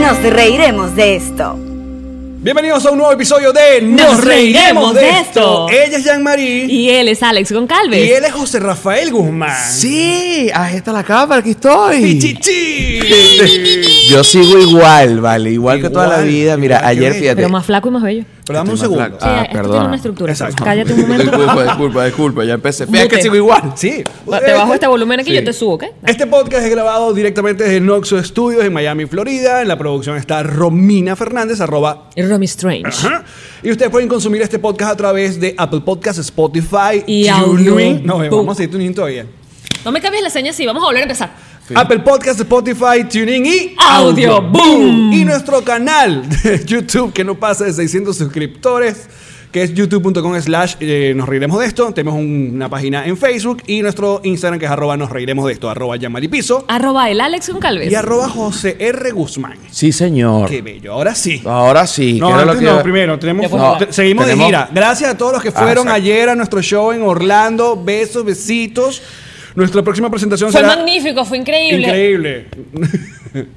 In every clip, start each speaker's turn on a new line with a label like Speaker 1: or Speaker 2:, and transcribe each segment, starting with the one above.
Speaker 1: Nos reiremos de esto.
Speaker 2: Bienvenidos a un nuevo episodio de
Speaker 3: Nos reiremos de esto.
Speaker 2: Ella es Jean-Marie
Speaker 3: Y él es Alex Goncalves.
Speaker 2: y él es José Rafael Guzmán.
Speaker 4: Sí, agita la cámara, aquí estoy.
Speaker 2: Pichichi.
Speaker 4: Yo sigo igual, vale, igual, que toda la
Speaker 2: Igual,
Speaker 4: vida. Mira,
Speaker 2: igual, qué
Speaker 4: ayer
Speaker 2: bonito.
Speaker 4: fíjate.
Speaker 3: Pero más flaco y más bello.
Speaker 2: Pero dame un
Speaker 4: Estoy más
Speaker 2: segundo.
Speaker 4: flaco. Ah,
Speaker 3: esto
Speaker 4: perdón.
Speaker 3: tiene una estructura.
Speaker 2: Exacto.
Speaker 3: Cállate un momento.
Speaker 4: Disculpa, disculpa, disculpa, ya empecé. Fíjate que
Speaker 3: Mute.
Speaker 4: sigo igual.
Speaker 2: Sí.
Speaker 3: Va- Te bajo este volumen aquí y yo te subo, ¿ok?
Speaker 2: Este podcast es grabado directamente desde Noxo Studios en Miami, Florida. En la producción está Romina Fernández, arroba
Speaker 3: Romy Strange.
Speaker 2: Ajá. Y ustedes pueden consumir este podcast a través de Apple Podcasts, Spotify,
Speaker 3: Y
Speaker 2: TuneIn.
Speaker 3: Audio.
Speaker 2: No,
Speaker 3: Boom.
Speaker 2: vamos a decir TuneIn todavía.
Speaker 3: No me cambies la seña así, vamos a volver a empezar.
Speaker 2: Apple Podcasts, Spotify, TuneIn y
Speaker 3: Audio. Boom.
Speaker 2: Y nuestro canal de YouTube que no pasa de 600 suscriptores. Que es youtube.com slash eh, nos reiremos de esto. Tenemos un- una página en Facebook y nuestro Instagram que es arroba nos reiremos de esto, arroba llamaripiso
Speaker 3: Arroba el Alex Goncalves.
Speaker 2: y arroba José R. Guzmán.
Speaker 4: Sí, señor.
Speaker 2: Qué bello. Ahora sí.
Speaker 4: Ahora sí.
Speaker 2: No,
Speaker 4: que Ah, era
Speaker 2: antes
Speaker 4: lo que
Speaker 2: no,
Speaker 4: iba-
Speaker 2: primero, tenemos,
Speaker 3: Ya fue. No,
Speaker 2: te- seguimos
Speaker 4: tenemos- Ah,
Speaker 2: de gira. Gracias a todos los que fueron
Speaker 4: exacto.
Speaker 2: ayer a nuestro show en Orlando. Besos, besitos. Nuestra próxima presentación
Speaker 3: Fue
Speaker 2: será
Speaker 3: magnífico, fue increíble.
Speaker 2: increíble.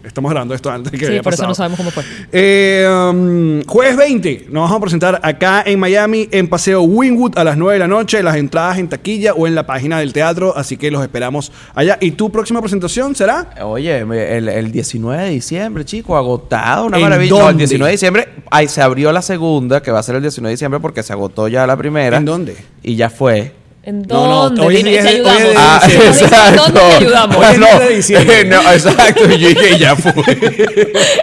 Speaker 2: Estamos grabando esto antes de que
Speaker 3: Sí,
Speaker 2: haya
Speaker 3: por eso
Speaker 2: pasado.
Speaker 3: no sabemos cómo fue.
Speaker 2: Eh, um, jueves 20 nos vamos a presentar acá en Miami en Paseo Wynwood a las 9 de la noche. Las entradas en taquilla o en la página del teatro. Así que los esperamos allá. ¿Y tu próxima presentación será?
Speaker 4: Oye, me- el, el 19 de diciembre, chico, agotado, una
Speaker 2: ¿En
Speaker 4: maravilla. No, el
Speaker 2: dónde?
Speaker 4: 19 de diciembre, ahí se abrió la segunda, que va a ser el 19 de diciembre porque se agotó ya la primera.
Speaker 2: ¿En dónde?
Speaker 4: Y ya fue.
Speaker 3: ¿En
Speaker 2: No, no,
Speaker 3: dónde?
Speaker 2: hoy es
Speaker 3: Dime,
Speaker 2: día
Speaker 3: te
Speaker 2: de- hoy es
Speaker 3: ayudamos.
Speaker 2: día de- Ah,
Speaker 3: Nos dice, ¿Dónde te ayudamos?
Speaker 2: Hoy es
Speaker 4: No,
Speaker 2: día de diciembre.
Speaker 4: no, exacto. Y yo dije, ya fue.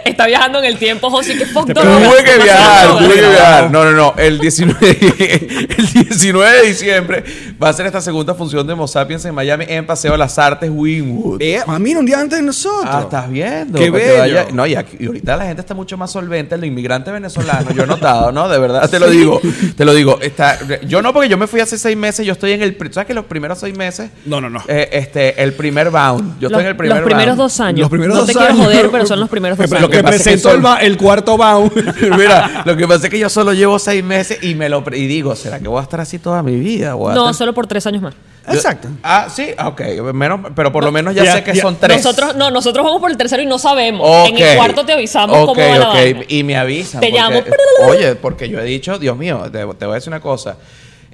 Speaker 3: Está viajando en el tiempo, José. ¿Qué fuck
Speaker 4: Tuve que viajar, tuve que
Speaker 2: no,
Speaker 4: viajar. No, no, no. El 19, el 19 de diciembre va a ser esta segunda función de Homo Sapiens en Miami en Paseo de las Artes Winwood.
Speaker 2: Eh, ah, mira, un día antes de nosotros.
Speaker 4: Ah, estás viendo.
Speaker 2: Qué
Speaker 4: Para que
Speaker 2: bello.
Speaker 4: vaya- No, y, aquí- y ahorita la gente está mucho más solvente, el inmigrante venezolano. Yo he notado, ¿no? De verdad, te lo digo. Te lo digo. Está, yo no, porque yo me fui hace seis meses. Yo estoy en el. pri- ¿Sabes que los primeros seis meses?
Speaker 2: No, no, no.
Speaker 4: eh, este, el primer bound. Yo
Speaker 3: Los,
Speaker 4: estoy en el primer
Speaker 3: los primeros
Speaker 4: bound.
Speaker 3: dos años.
Speaker 2: Los primeros
Speaker 3: no
Speaker 2: dos
Speaker 3: te
Speaker 2: años.
Speaker 3: quiero joder, pero son los primeros dos
Speaker 2: Lo
Speaker 3: años.
Speaker 4: Lo
Speaker 2: que
Speaker 4: que pasa es que
Speaker 2: presentó
Speaker 4: soy-
Speaker 2: el, ba- el cuarto bound.
Speaker 4: Mira, lo que pasa es que yo solo llevo seis meses y me lo pre- y digo, ¿será que voy a estar así toda mi vida? Voy a
Speaker 3: No,
Speaker 4: estar-
Speaker 3: solo por tres años más.
Speaker 4: Yo- Ah, sí, ah, ok. Menos, pero por lo menos ya,
Speaker 2: Ya,
Speaker 4: sé que
Speaker 2: ya.
Speaker 4: son tres.
Speaker 3: Nosotros, no, nosotros vamos por el tercero y no sabemos.
Speaker 4: Ok.
Speaker 3: En el cuarto te avisamos
Speaker 4: Ok,
Speaker 3: cómo va la
Speaker 4: ok.
Speaker 3: vaina.
Speaker 4: Y me avisan.
Speaker 3: Te
Speaker 4: porque-
Speaker 3: llamo.
Speaker 4: Oye, porque yo he dicho, Dios mío, te, te voy a decir una cosa.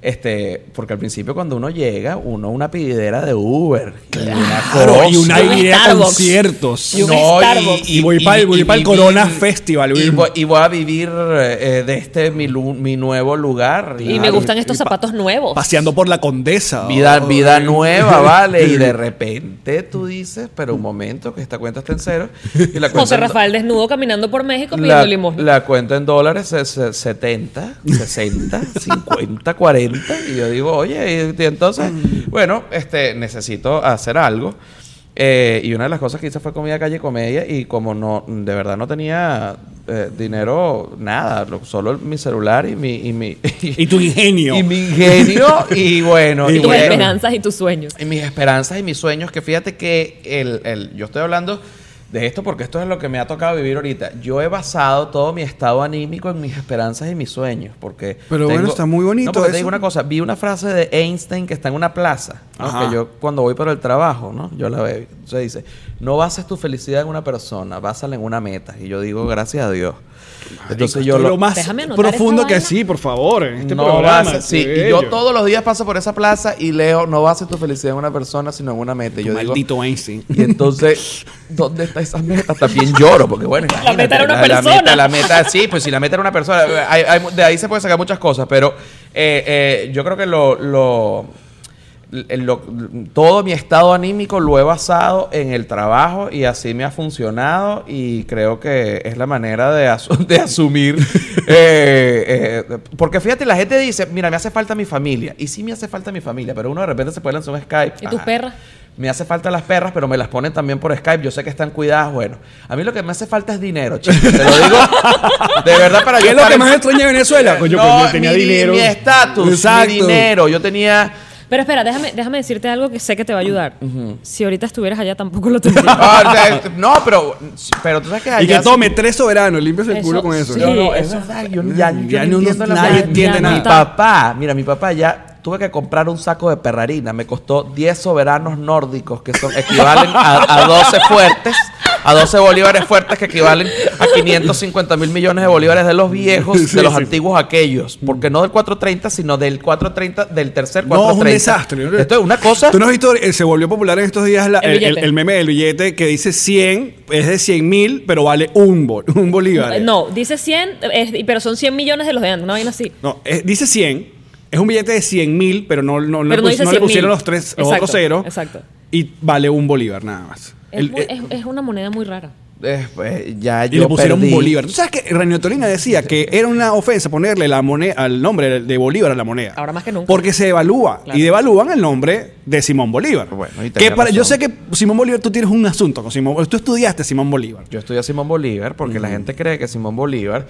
Speaker 4: Este, porque al principio cuando uno llega, uno una pidera de Uber. y una cosa.
Speaker 2: y una
Speaker 3: Y un
Speaker 2: idea de
Speaker 3: Starbucks.
Speaker 2: conciertos.
Speaker 3: Y un Starbucks.
Speaker 2: Y voy pa'l- voy pa'l
Speaker 4: y-
Speaker 2: Corona
Speaker 4: y-
Speaker 2: Festival,
Speaker 4: Y
Speaker 2: Wilma.
Speaker 4: voy, y voy a vivir eh, de este mi, lu- mi nuevo lugar.
Speaker 3: Y me
Speaker 4: Claro.
Speaker 3: gustan estos zapatos nuevos.
Speaker 2: Paseando por la condesa.
Speaker 4: Vida,
Speaker 2: Ay.
Speaker 4: vida nueva, vale. Y de repente tú dices, pero un momento, que esta cuenta está en cero. Y la cuenta
Speaker 3: José
Speaker 4: en do-
Speaker 3: Rafael desnudo caminando por México pidiendo
Speaker 4: La,
Speaker 3: limosna.
Speaker 4: la cuenta en dólares es eh, 70, 60, 50, 40. Y yo digo, oye, y, y entonces, bueno, este, necesito hacer algo. Eh, y una de las cosas que hice fue comida calle comedia. Y como no, de verdad no tenía eh, dinero, nada, lo- solo el- mi celular y mi. Y, mi,
Speaker 2: Y tu ingenio.
Speaker 4: y mi ingenio. Y bueno,
Speaker 2: Y
Speaker 3: tus
Speaker 2: bueno.
Speaker 3: esperanzas y tus sueños.
Speaker 4: y mis esperanzas y mis sueños, que fíjate que el, el- yo estoy hablando de esto porque esto es lo que me ha tocado vivir ahorita. Yo he basado todo mi estado anímico en mis esperanzas y mis sueños, porque...
Speaker 2: Pero bueno, está muy bonito
Speaker 4: No, porque
Speaker 2: eso.
Speaker 4: te digo una cosa, vi una frase de Einstein que está en una plaza, ¿no?
Speaker 2: Ajá.
Speaker 4: que yo cuando voy para el trabajo, ¿no? Yo la veo, se dice, no bases tu felicidad en una persona, básala en una meta. Y yo digo, gracias a Dios. Entonces yo
Speaker 2: Esto es
Speaker 4: lo...
Speaker 2: lo más
Speaker 3: Déjame anotar
Speaker 2: profundo
Speaker 3: esta
Speaker 2: que
Speaker 3: vaina.
Speaker 2: sí, por favor. En este
Speaker 4: no
Speaker 2: programa.
Speaker 4: basa-
Speaker 2: qué
Speaker 4: sí, y
Speaker 2: bello.
Speaker 4: yo todos los días paso por esa plaza y leo, no bases tu felicidad en una persona, sino en una meta. Y yo digo,
Speaker 2: Maldito Einstein.
Speaker 4: y entonces, ¿dónde está esa meta? También lloro, porque bueno, imagínate,
Speaker 3: meta era una persona.
Speaker 4: La meta, la meta, sí, pues si la meta era una persona, hay- hay- de ahí se puede sacar muchas cosas, pero eh, eh, yo creo que lo, lo- lo- todo mi estado anímico lo he basado en el trabajo y así me ha funcionado y creo que es la manera de, asu- de asumir. eh, eh, porque fíjate, la gente dice, mira, me hace falta mi familia. Y sí me hace falta mi familia, pero uno de repente se puede lanzar un Skype.
Speaker 3: ¿Y tus
Speaker 4: Ajá.
Speaker 3: perras?
Speaker 4: Me hace falta las perras, pero me las ponen también por Skype. Yo sé que están cuidadas. Bueno, a mí lo que me hace falta es dinero, chicos. Te lo digo de verdad para
Speaker 2: ¿Qué
Speaker 4: yo
Speaker 2: es lo
Speaker 4: estar
Speaker 2: que
Speaker 4: en-
Speaker 2: más extraña de Venezuela? Coño,
Speaker 4: No,
Speaker 2: pues yo tenía
Speaker 4: mi, di-
Speaker 2: dinero.
Speaker 4: Mi estatus, mi
Speaker 2: Exacto.
Speaker 4: dinero. Yo tenía.
Speaker 3: Pero espera, déjame, déjame decirte algo que sé que te va a ayudar. Si ahorita estuvieras allá tampoco lo tendría.
Speaker 4: Ah, o sea, no, pero, pero tú sabes que allá
Speaker 2: Y que
Speaker 4: se-
Speaker 2: tome tres soberanos, limpias el
Speaker 3: Eso
Speaker 2: culo con eso.
Speaker 3: sí.
Speaker 4: No,
Speaker 2: ¿no?
Speaker 4: no, es
Speaker 3: eso-
Speaker 4: verdad. Yo, ya, yo
Speaker 2: Ya
Speaker 4: no
Speaker 2: no-
Speaker 4: entiendo la
Speaker 2: nadie
Speaker 4: vaina.
Speaker 2: entiende
Speaker 4: Mi
Speaker 3: nada.
Speaker 4: papá, mira, mi papá ya tuve que comprar un saco de perrarina. Me costó 10 soberanos nórdicos, que son equivalen a, a 12 fuertes, a 12 bolívares fuertes, que equivalen a 550 mil millones de bolívares de los viejos,
Speaker 2: Sí,
Speaker 4: de los
Speaker 2: sí.
Speaker 4: antiguos aquellos. Porque no del 430, sino del 430, del tercer
Speaker 2: No, es un
Speaker 4: 430.
Speaker 2: desastre.
Speaker 4: Esto es una cosa.
Speaker 2: ¿Tú no has visto? eh, se volvió popular en estos días la- el,
Speaker 3: El
Speaker 2: el-
Speaker 3: billete.
Speaker 2: el meme del billete que dice 100, es de 100 mil, pero vale un, bol- un bolívar.
Speaker 3: No, dice 100, es- pero son 100 millones de los de antes, una vaina así.
Speaker 2: No, eh, dice 100. Es un billete de 100 mil, pero no, no, no
Speaker 3: Pero
Speaker 2: le,
Speaker 3: no
Speaker 2: pus-
Speaker 3: dice
Speaker 2: no le
Speaker 3: 100.000.
Speaker 2: pusieron los tres, los
Speaker 3: Exacto,
Speaker 2: otros cero.
Speaker 3: exacto.
Speaker 2: Y vale un bolívar nada más.
Speaker 3: Es,
Speaker 2: El-
Speaker 3: muy-
Speaker 2: eh,
Speaker 3: es- es una moneda muy rara.
Speaker 4: Eh, pues, ya
Speaker 2: y
Speaker 4: yo
Speaker 2: le pusieron
Speaker 4: perdí.
Speaker 2: bolívar. ¿Tú sabes que Ranio Torina decía que era una ofensa ponerle la moneda, al nombre de Bolívar a la moneda?
Speaker 3: Ahora más que nunca.
Speaker 2: Porque se devalúa.
Speaker 3: Claro.
Speaker 2: Y devalúan el nombre de Simón Bolívar.
Speaker 4: Bueno, y tenía
Speaker 2: que para,
Speaker 4: razón.
Speaker 2: yo sé que Simón Bolívar, tú tienes un asunto con Simón Bolívar. Tú estudiaste Simón Bolívar.
Speaker 4: Yo estudié a Simón Bolívar porque la gente cree que Simón Bolívar.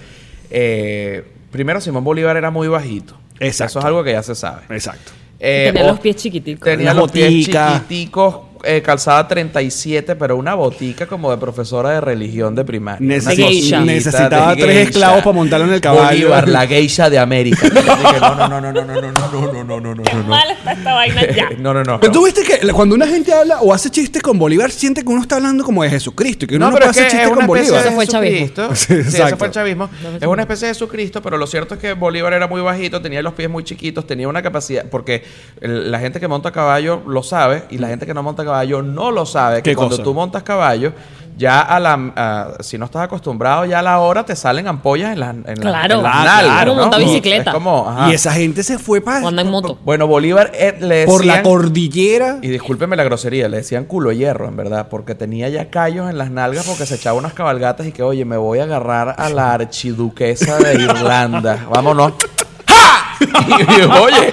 Speaker 4: eh, primero, Simón Bolívar era muy bajito.
Speaker 2: Exacto.
Speaker 4: Eso es algo que ya se sabe.
Speaker 2: Exacto.
Speaker 4: Eh,
Speaker 3: tenía
Speaker 4: o-
Speaker 3: los pies chiquiticos.
Speaker 4: Tenía
Speaker 2: Una
Speaker 4: los pies
Speaker 2: botica.
Speaker 4: chiquiticos, eh, calzada 37, pero una botica como de profesora de religión de primaria. Una
Speaker 2: Necesi-
Speaker 4: cosita
Speaker 2: necesitaba
Speaker 4: de
Speaker 2: tres esclavos para montarlo en el caballo.
Speaker 4: Bolívar, la geisha de América. Yo dije, no, no, no, no, no, no, no, no, no, no, no, no, no.
Speaker 3: Mal está esta vaina ya.
Speaker 4: No, no, no.
Speaker 2: Pero tú viste que cuando una gente habla o hace chistes con Bolívar, siente que uno está hablando como de Jesucristo y que uno no, puede
Speaker 4: pero es
Speaker 2: hacer
Speaker 4: que
Speaker 2: chistes
Speaker 4: es
Speaker 2: con
Speaker 4: una especie
Speaker 2: Bolívar.
Speaker 4: de
Speaker 3: Ese fue el chavismo.
Speaker 4: Jesucristo.
Speaker 2: Sí,
Speaker 4: Sí, ese
Speaker 2: exacto.
Speaker 4: fue el chavismo. Es una especie de Jesucristo, pero lo cierto es que Bolívar era muy bajito, tenía los pies muy chiquitos, tenía una capacidad. Porque el- la gente que monta caballo lo sabe y la gente que no monta caballo no lo sabe. Que
Speaker 2: Mm. ¿Qué
Speaker 4: cuando
Speaker 2: cosa?
Speaker 4: tú montas caballo, ya a la. a- si no estás acostumbrado, ya a la hora te salen ampollas en las. En las-
Speaker 3: Claro.
Speaker 4: en las
Speaker 3: Ah,
Speaker 4: nalgas,
Speaker 3: claro,
Speaker 4: ¿no?
Speaker 3: monta
Speaker 4: Es
Speaker 3: bicicleta.
Speaker 4: como, ajá.
Speaker 2: Y esa gente se fue para
Speaker 3: O anda en moto.
Speaker 4: Bueno, Bolívar eh, le
Speaker 2: por la
Speaker 4: decían-
Speaker 2: cordillera.
Speaker 4: y discúlpeme la grosería, le decían culo de hierro, en verdad, porque tenía ya callos en las nalgas porque se echaba unas cabalgatas y que, oye, me voy a agarrar a la archiduquesa de Irlanda. Vámonos. ¡Ja! Y, y, oye,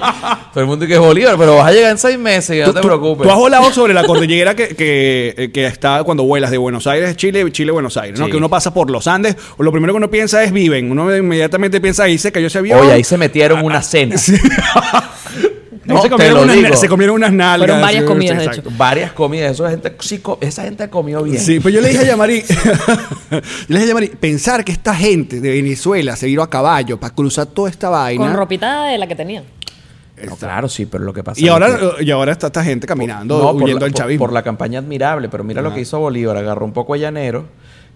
Speaker 4: todo el mundo que es Bolívar, pero vas a llegar en seis meses, no te preocupes.
Speaker 2: Tú has volado sobre la cordillera que, que, eh, que está cuando vuelas de Buenos Aires, Chile, Chile, Buenos Aires, ¿no?
Speaker 4: Sí.
Speaker 2: Que uno pasa por los Andes, lo primero que uno piensa es viven. Uno inmediatamente piensa, ahí se cayó ese avión.
Speaker 4: Oye, ahí se metieron una cena.
Speaker 2: Ahí
Speaker 4: No,
Speaker 2: se,
Speaker 4: te
Speaker 2: comieron
Speaker 4: lo
Speaker 2: unas,
Speaker 4: digo.
Speaker 2: se comieron unas nalgas.
Speaker 3: Fueron varias
Speaker 2: Sí,
Speaker 3: comidas, de
Speaker 2: exacto.
Speaker 3: hecho.
Speaker 4: Varias comidas. Eso, gente, sí co- esa gente comió bien.
Speaker 2: Sí, pues yo le dije a Yamari, yo le dije a Yamari, pensar que esta gente de Venezuela se vino a caballo para cruzar toda esta vaina.
Speaker 3: Con ropita de la que tenía.
Speaker 4: No, claro, sí, pero lo que pasa
Speaker 2: Y
Speaker 4: es que-
Speaker 2: ahora, y ahora está esta gente caminando,
Speaker 4: No, por
Speaker 2: huyendo
Speaker 4: la,
Speaker 2: al
Speaker 4: por-
Speaker 2: chavismo.
Speaker 4: Por, la campaña admirable, pero mira lo
Speaker 2: Ajá.
Speaker 4: que hizo Bolívar, agarró un poco a Llanero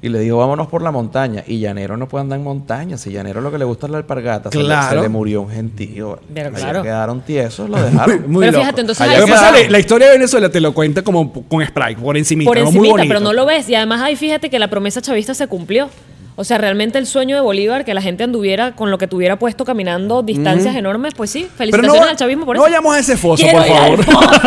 Speaker 4: y le dijo, vámonos por la montaña. Y Llanero no puede andar en montaña, si Llanero lo que le gusta es la alpargata, se le- se,
Speaker 2: Claro.
Speaker 4: le murió un gentío. vale.
Speaker 3: Pero
Speaker 4: Allá
Speaker 3: claro.
Speaker 4: quedaron tiesos, lo dejaron.
Speaker 2: Muy
Speaker 3: Pero
Speaker 2: loco.
Speaker 3: fíjate, entonces
Speaker 4: Allá
Speaker 3: ahí
Speaker 2: Lo que pasa
Speaker 4: quedaron.
Speaker 2: es que la historia de Venezuela te lo cuenta como p- con Sprite, por encimita,
Speaker 3: por
Speaker 2: ¿no?
Speaker 3: encimita,
Speaker 2: muy bonito.
Speaker 3: pero no lo ves. Y además ahí fíjate que la promesa chavista se cumplió. O sea, realmente el sueño de Bolívar, que la gente anduviera con lo que tuviera puesto caminando distancias enormes, pues sí,
Speaker 2: Pero
Speaker 3: felicitaciones al chavismo por
Speaker 2: no
Speaker 3: eso.
Speaker 2: vayamos a ese foso,
Speaker 3: Quiero
Speaker 2: por
Speaker 3: ir al
Speaker 2: favor.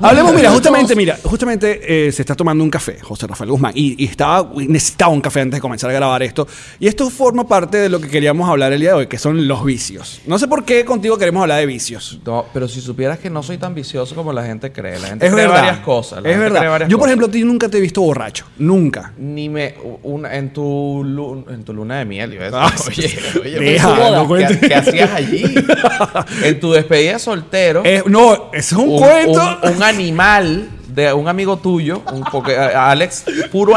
Speaker 2: Hablemos, mira, justamente, mira, justamente eh, se está tomando un café, José Rafael Guzmán, y, y estaba, y necesitaba un café antes de comenzar a grabar esto. Y esto forma parte de lo que queríamos hablar el día de hoy, que son los vicios. No sé por qué contigo queremos hablar de vicios.
Speaker 4: No, pero si supieras que no soy tan vicioso como la gente cree. La gente
Speaker 2: Es
Speaker 4: cree
Speaker 2: verdad.
Speaker 4: varias cosas. la
Speaker 2: es
Speaker 4: gente cree
Speaker 2: verdad.
Speaker 4: varias
Speaker 2: Yo, por
Speaker 4: cosas.
Speaker 2: ejemplo, a ti nunca te he visto borracho. Nunca.
Speaker 4: Ni me. Una, en, tu lu- en tu luna de miel. iba a decir.
Speaker 2: Ah, sí. Deja,
Speaker 4: pero-
Speaker 2: no
Speaker 4: pues, ¿qué-
Speaker 2: cuentes.
Speaker 4: ¿Qué hacías allí? en tu despedida de soltero.
Speaker 2: Eh, no, ese es un, cuento.
Speaker 4: un- un animal de un amigo tuyo, un- porque a- Alex, puro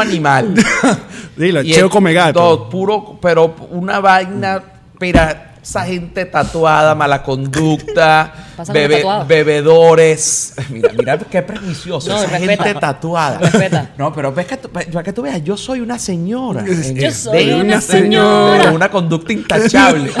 Speaker 4: animal.
Speaker 2: Dilo,
Speaker 4: Y
Speaker 2: Cheo
Speaker 4: es
Speaker 2: come gato.
Speaker 4: todo puro, pero una vaina, mira, esa gente tatuada, mala conducta,
Speaker 3: Pásame
Speaker 4: bebe-
Speaker 3: los tatuados.
Speaker 4: bebedores. Mira, mira qué prejuicioso.
Speaker 3: No,
Speaker 4: esa
Speaker 3: respeta.
Speaker 4: gente tatuada.
Speaker 3: Respeta.
Speaker 4: No, pero ves que, tú- para que tú veas, yo soy una señora.
Speaker 3: Yo
Speaker 4: En-
Speaker 3: soy
Speaker 4: de-
Speaker 3: una
Speaker 2: señora.
Speaker 4: Con una conducta intachable.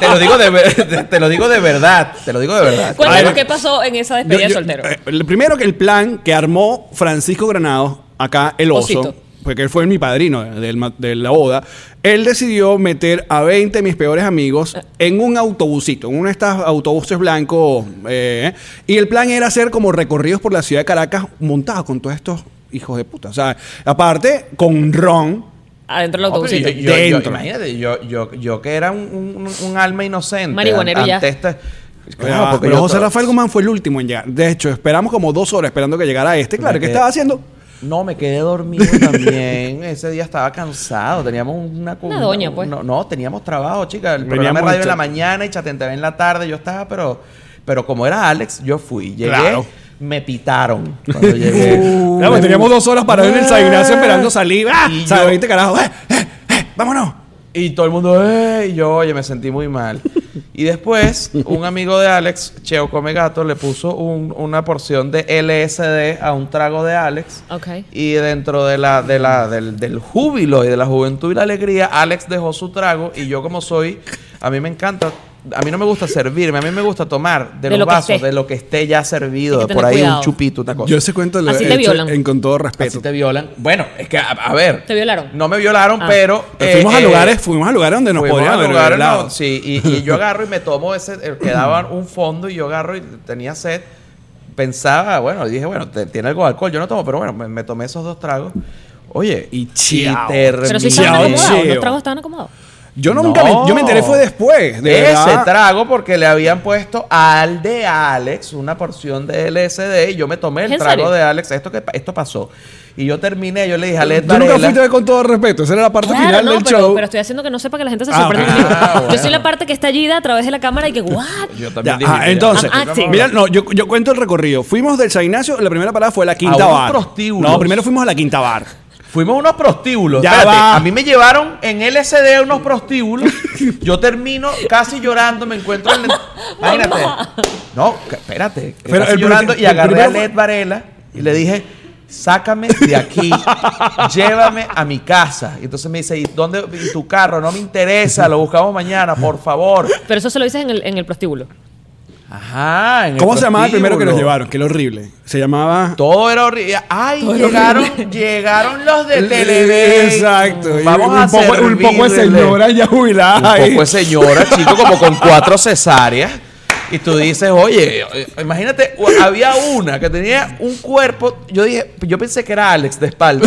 Speaker 4: te, lo digo de, ver- te, te lo digo de verdad. Te lo digo de verdad.
Speaker 3: Cuéntanos
Speaker 2: Ay,
Speaker 3: qué pasó en esa
Speaker 2: Yo-
Speaker 3: despedida de
Speaker 2: yo-
Speaker 3: soltero.
Speaker 2: eh, el primero que el plan que armó Francisco Granados, acá el oso,
Speaker 3: Osito.
Speaker 2: porque él fue mi padrino de, del ma- de la boda, él decidió meter a 20 de mis peores amigos en un autobusito, en uno de estos autobuses blancos. eh, y el plan era hacer como recorridos por la ciudad de Caracas montados con todos estos hijos de puta. O sea, aparte, con ron.
Speaker 3: Adentro del
Speaker 4: No, pero
Speaker 3: autobusito.
Speaker 4: yo- yo- yo-
Speaker 2: Dentro.
Speaker 4: imagínate, yo, yo, yo que era un, un- un alma inocente.
Speaker 3: Marihuanero
Speaker 4: an-
Speaker 3: ya.
Speaker 4: ante esta-
Speaker 2: Claro,
Speaker 4: porque
Speaker 2: Ah, pero
Speaker 4: yo
Speaker 2: José
Speaker 4: to-
Speaker 2: Rafael Guzmán fue el último en llegar. De hecho, esperamos como dos horas esperando que llegara este. Claro,
Speaker 4: Me
Speaker 2: ¿qué
Speaker 4: quedé-
Speaker 2: estaba haciendo?
Speaker 4: No, me quedé dormido también. Ese día estaba cansado. Teníamos una...
Speaker 3: Una doña, pues.
Speaker 4: No, no, teníamos trabajo, chica. El
Speaker 2: Veníamos
Speaker 4: programa de radio en la
Speaker 2: hecho-
Speaker 4: mañana y Chatentera en la tarde. Yo estaba, pero... Pero como era Alex, yo fui. Llegué,
Speaker 2: Claro.
Speaker 4: me pitaron cuando llegué. Ah.
Speaker 2: Claro, pues, teníamos dos horas para ver el San Ignacio esperando salir. ¡Ah!
Speaker 4: Y
Speaker 2: ¿Sabes?
Speaker 4: yo-
Speaker 2: 20 carajos. ¡Eh, eh, eh! ¡Vámonos!
Speaker 4: Y todo el mundo, ¡eh! Y yo, oye, me sentí muy mal. Y después, un amigo de Alex, Cheo Come Gato, le puso un- una porción de LSD a un trago de Alex.
Speaker 3: Ok.
Speaker 4: Y dentro de la, de la, del, del júbilo y de la juventud y la alegría, Alex dejó su trago y yo como soy, a mí me encanta, a mí no me gusta servirme, a mí me gusta tomar
Speaker 3: De
Speaker 4: de, los
Speaker 3: lo que
Speaker 4: vasos,
Speaker 3: esté.
Speaker 4: de lo que esté ya servido,
Speaker 3: Hay que
Speaker 4: de por
Speaker 3: tener
Speaker 4: ahí
Speaker 3: cuidado.
Speaker 4: un chupito, una cosa.
Speaker 2: Yo ese cuento lo
Speaker 3: Así
Speaker 2: he
Speaker 3: te
Speaker 2: hecho
Speaker 3: violan.
Speaker 2: en- con todo
Speaker 4: Así
Speaker 2: respeto.
Speaker 4: te violan. Bueno, es que, a, a ver.
Speaker 3: ¿Te violaron?
Speaker 4: No me violaron,
Speaker 3: Ah.
Speaker 4: pero...
Speaker 2: Pero
Speaker 4: eh,
Speaker 2: fuimos a
Speaker 4: eh,
Speaker 2: lugares, fuimos a lugares donde nos
Speaker 4: Fuimos
Speaker 2: podían
Speaker 4: a
Speaker 2: haber
Speaker 4: lugares,
Speaker 2: violado.
Speaker 4: no, sí, y, y yo agarro y me tomo ese, eh, quedaba un fondo y yo agarro y tenía sed. Pensaba, bueno, dije, bueno, te- tiene algo de alcohol, yo no tomo, pero bueno, me, me tomé esos dos tragos. Oye, y
Speaker 2: chao.
Speaker 3: Pero
Speaker 2: Mira,
Speaker 3: si estaban
Speaker 4: terminé.
Speaker 3: acomodados,
Speaker 2: Cheo.
Speaker 3: los tragos estaban acomodados.
Speaker 2: Yo no,
Speaker 4: No.
Speaker 2: nunca me, yo me enteré fue después. De
Speaker 4: ese
Speaker 2: verdad.
Speaker 4: trago porque le habían puesto al de Alex una porción de LSD y yo me tomé el
Speaker 3: ¿En
Speaker 4: trago
Speaker 3: serio?
Speaker 4: de Alex. Esto que pa- esto pasó. Y yo terminé, yo le dije a Alex
Speaker 2: Tú nunca
Speaker 4: Varela-
Speaker 2: fuiste a ver con todo respeto. Esa era la parte final
Speaker 3: no,
Speaker 2: del
Speaker 3: pero,
Speaker 2: show.
Speaker 3: pero estoy haciendo que no sepa que la gente se
Speaker 2: Ah,
Speaker 3: sorprende
Speaker 2: ok.
Speaker 3: conmigo.
Speaker 4: Ah,
Speaker 3: Yo soy
Speaker 4: bueno.
Speaker 3: la parte que está allí a través de la cámara y que, ¿what?
Speaker 4: Yo
Speaker 2: Ya,
Speaker 4: también dije,
Speaker 2: ajá,
Speaker 4: ya, ah,
Speaker 2: entonces,
Speaker 3: I'm acting.
Speaker 2: mira, no, yo, yo cuento el recorrido. Fuimos del San Ignacio, la primera parada fue la Quinta
Speaker 4: unos
Speaker 2: Bar.
Speaker 4: prostíbulos.
Speaker 2: No, primero fuimos a la Quinta Bar.
Speaker 4: Fuimos a unos prostíbulos.
Speaker 2: Ya
Speaker 4: Espérate,
Speaker 2: va.
Speaker 4: a mí me llevaron en LSD a unos prostíbulos. Yo termino casi llorando, me encuentro en. Imagínate. No, que- espérate.
Speaker 2: Pero
Speaker 4: casi
Speaker 2: el-
Speaker 4: llorando
Speaker 2: el-
Speaker 4: y
Speaker 2: el
Speaker 4: agarré a
Speaker 2: primero fue-
Speaker 4: Led Varela y le dije. Sácame de aquí, llévame a mi casa. Y entonces me dice, ¿y dónde y tu carro? No me interesa, lo buscamos mañana, por favor.
Speaker 3: Pero eso se lo dices en el, en el prostíbulo.
Speaker 4: Ajá. en
Speaker 2: ¿Cómo se llamaba el primero que nos
Speaker 4: prostíbulo.
Speaker 2: llevaron? Que era horrible. Se llamaba.
Speaker 4: Todo era horrible. Ay, llegaron, llegaron los de Televen.
Speaker 2: Exacto. y
Speaker 4: Vamos a
Speaker 2: un, poco, un poco de
Speaker 4: servirle.
Speaker 2: señora ya
Speaker 4: Un
Speaker 2: jubilada. ahí.
Speaker 4: poco de señora, chico, como con cuatro cesáreas. Y tú dices, oye, imagínate, u- había una que tenía un cuerpo. Yo dije, yo pensé que era Alex de espalda.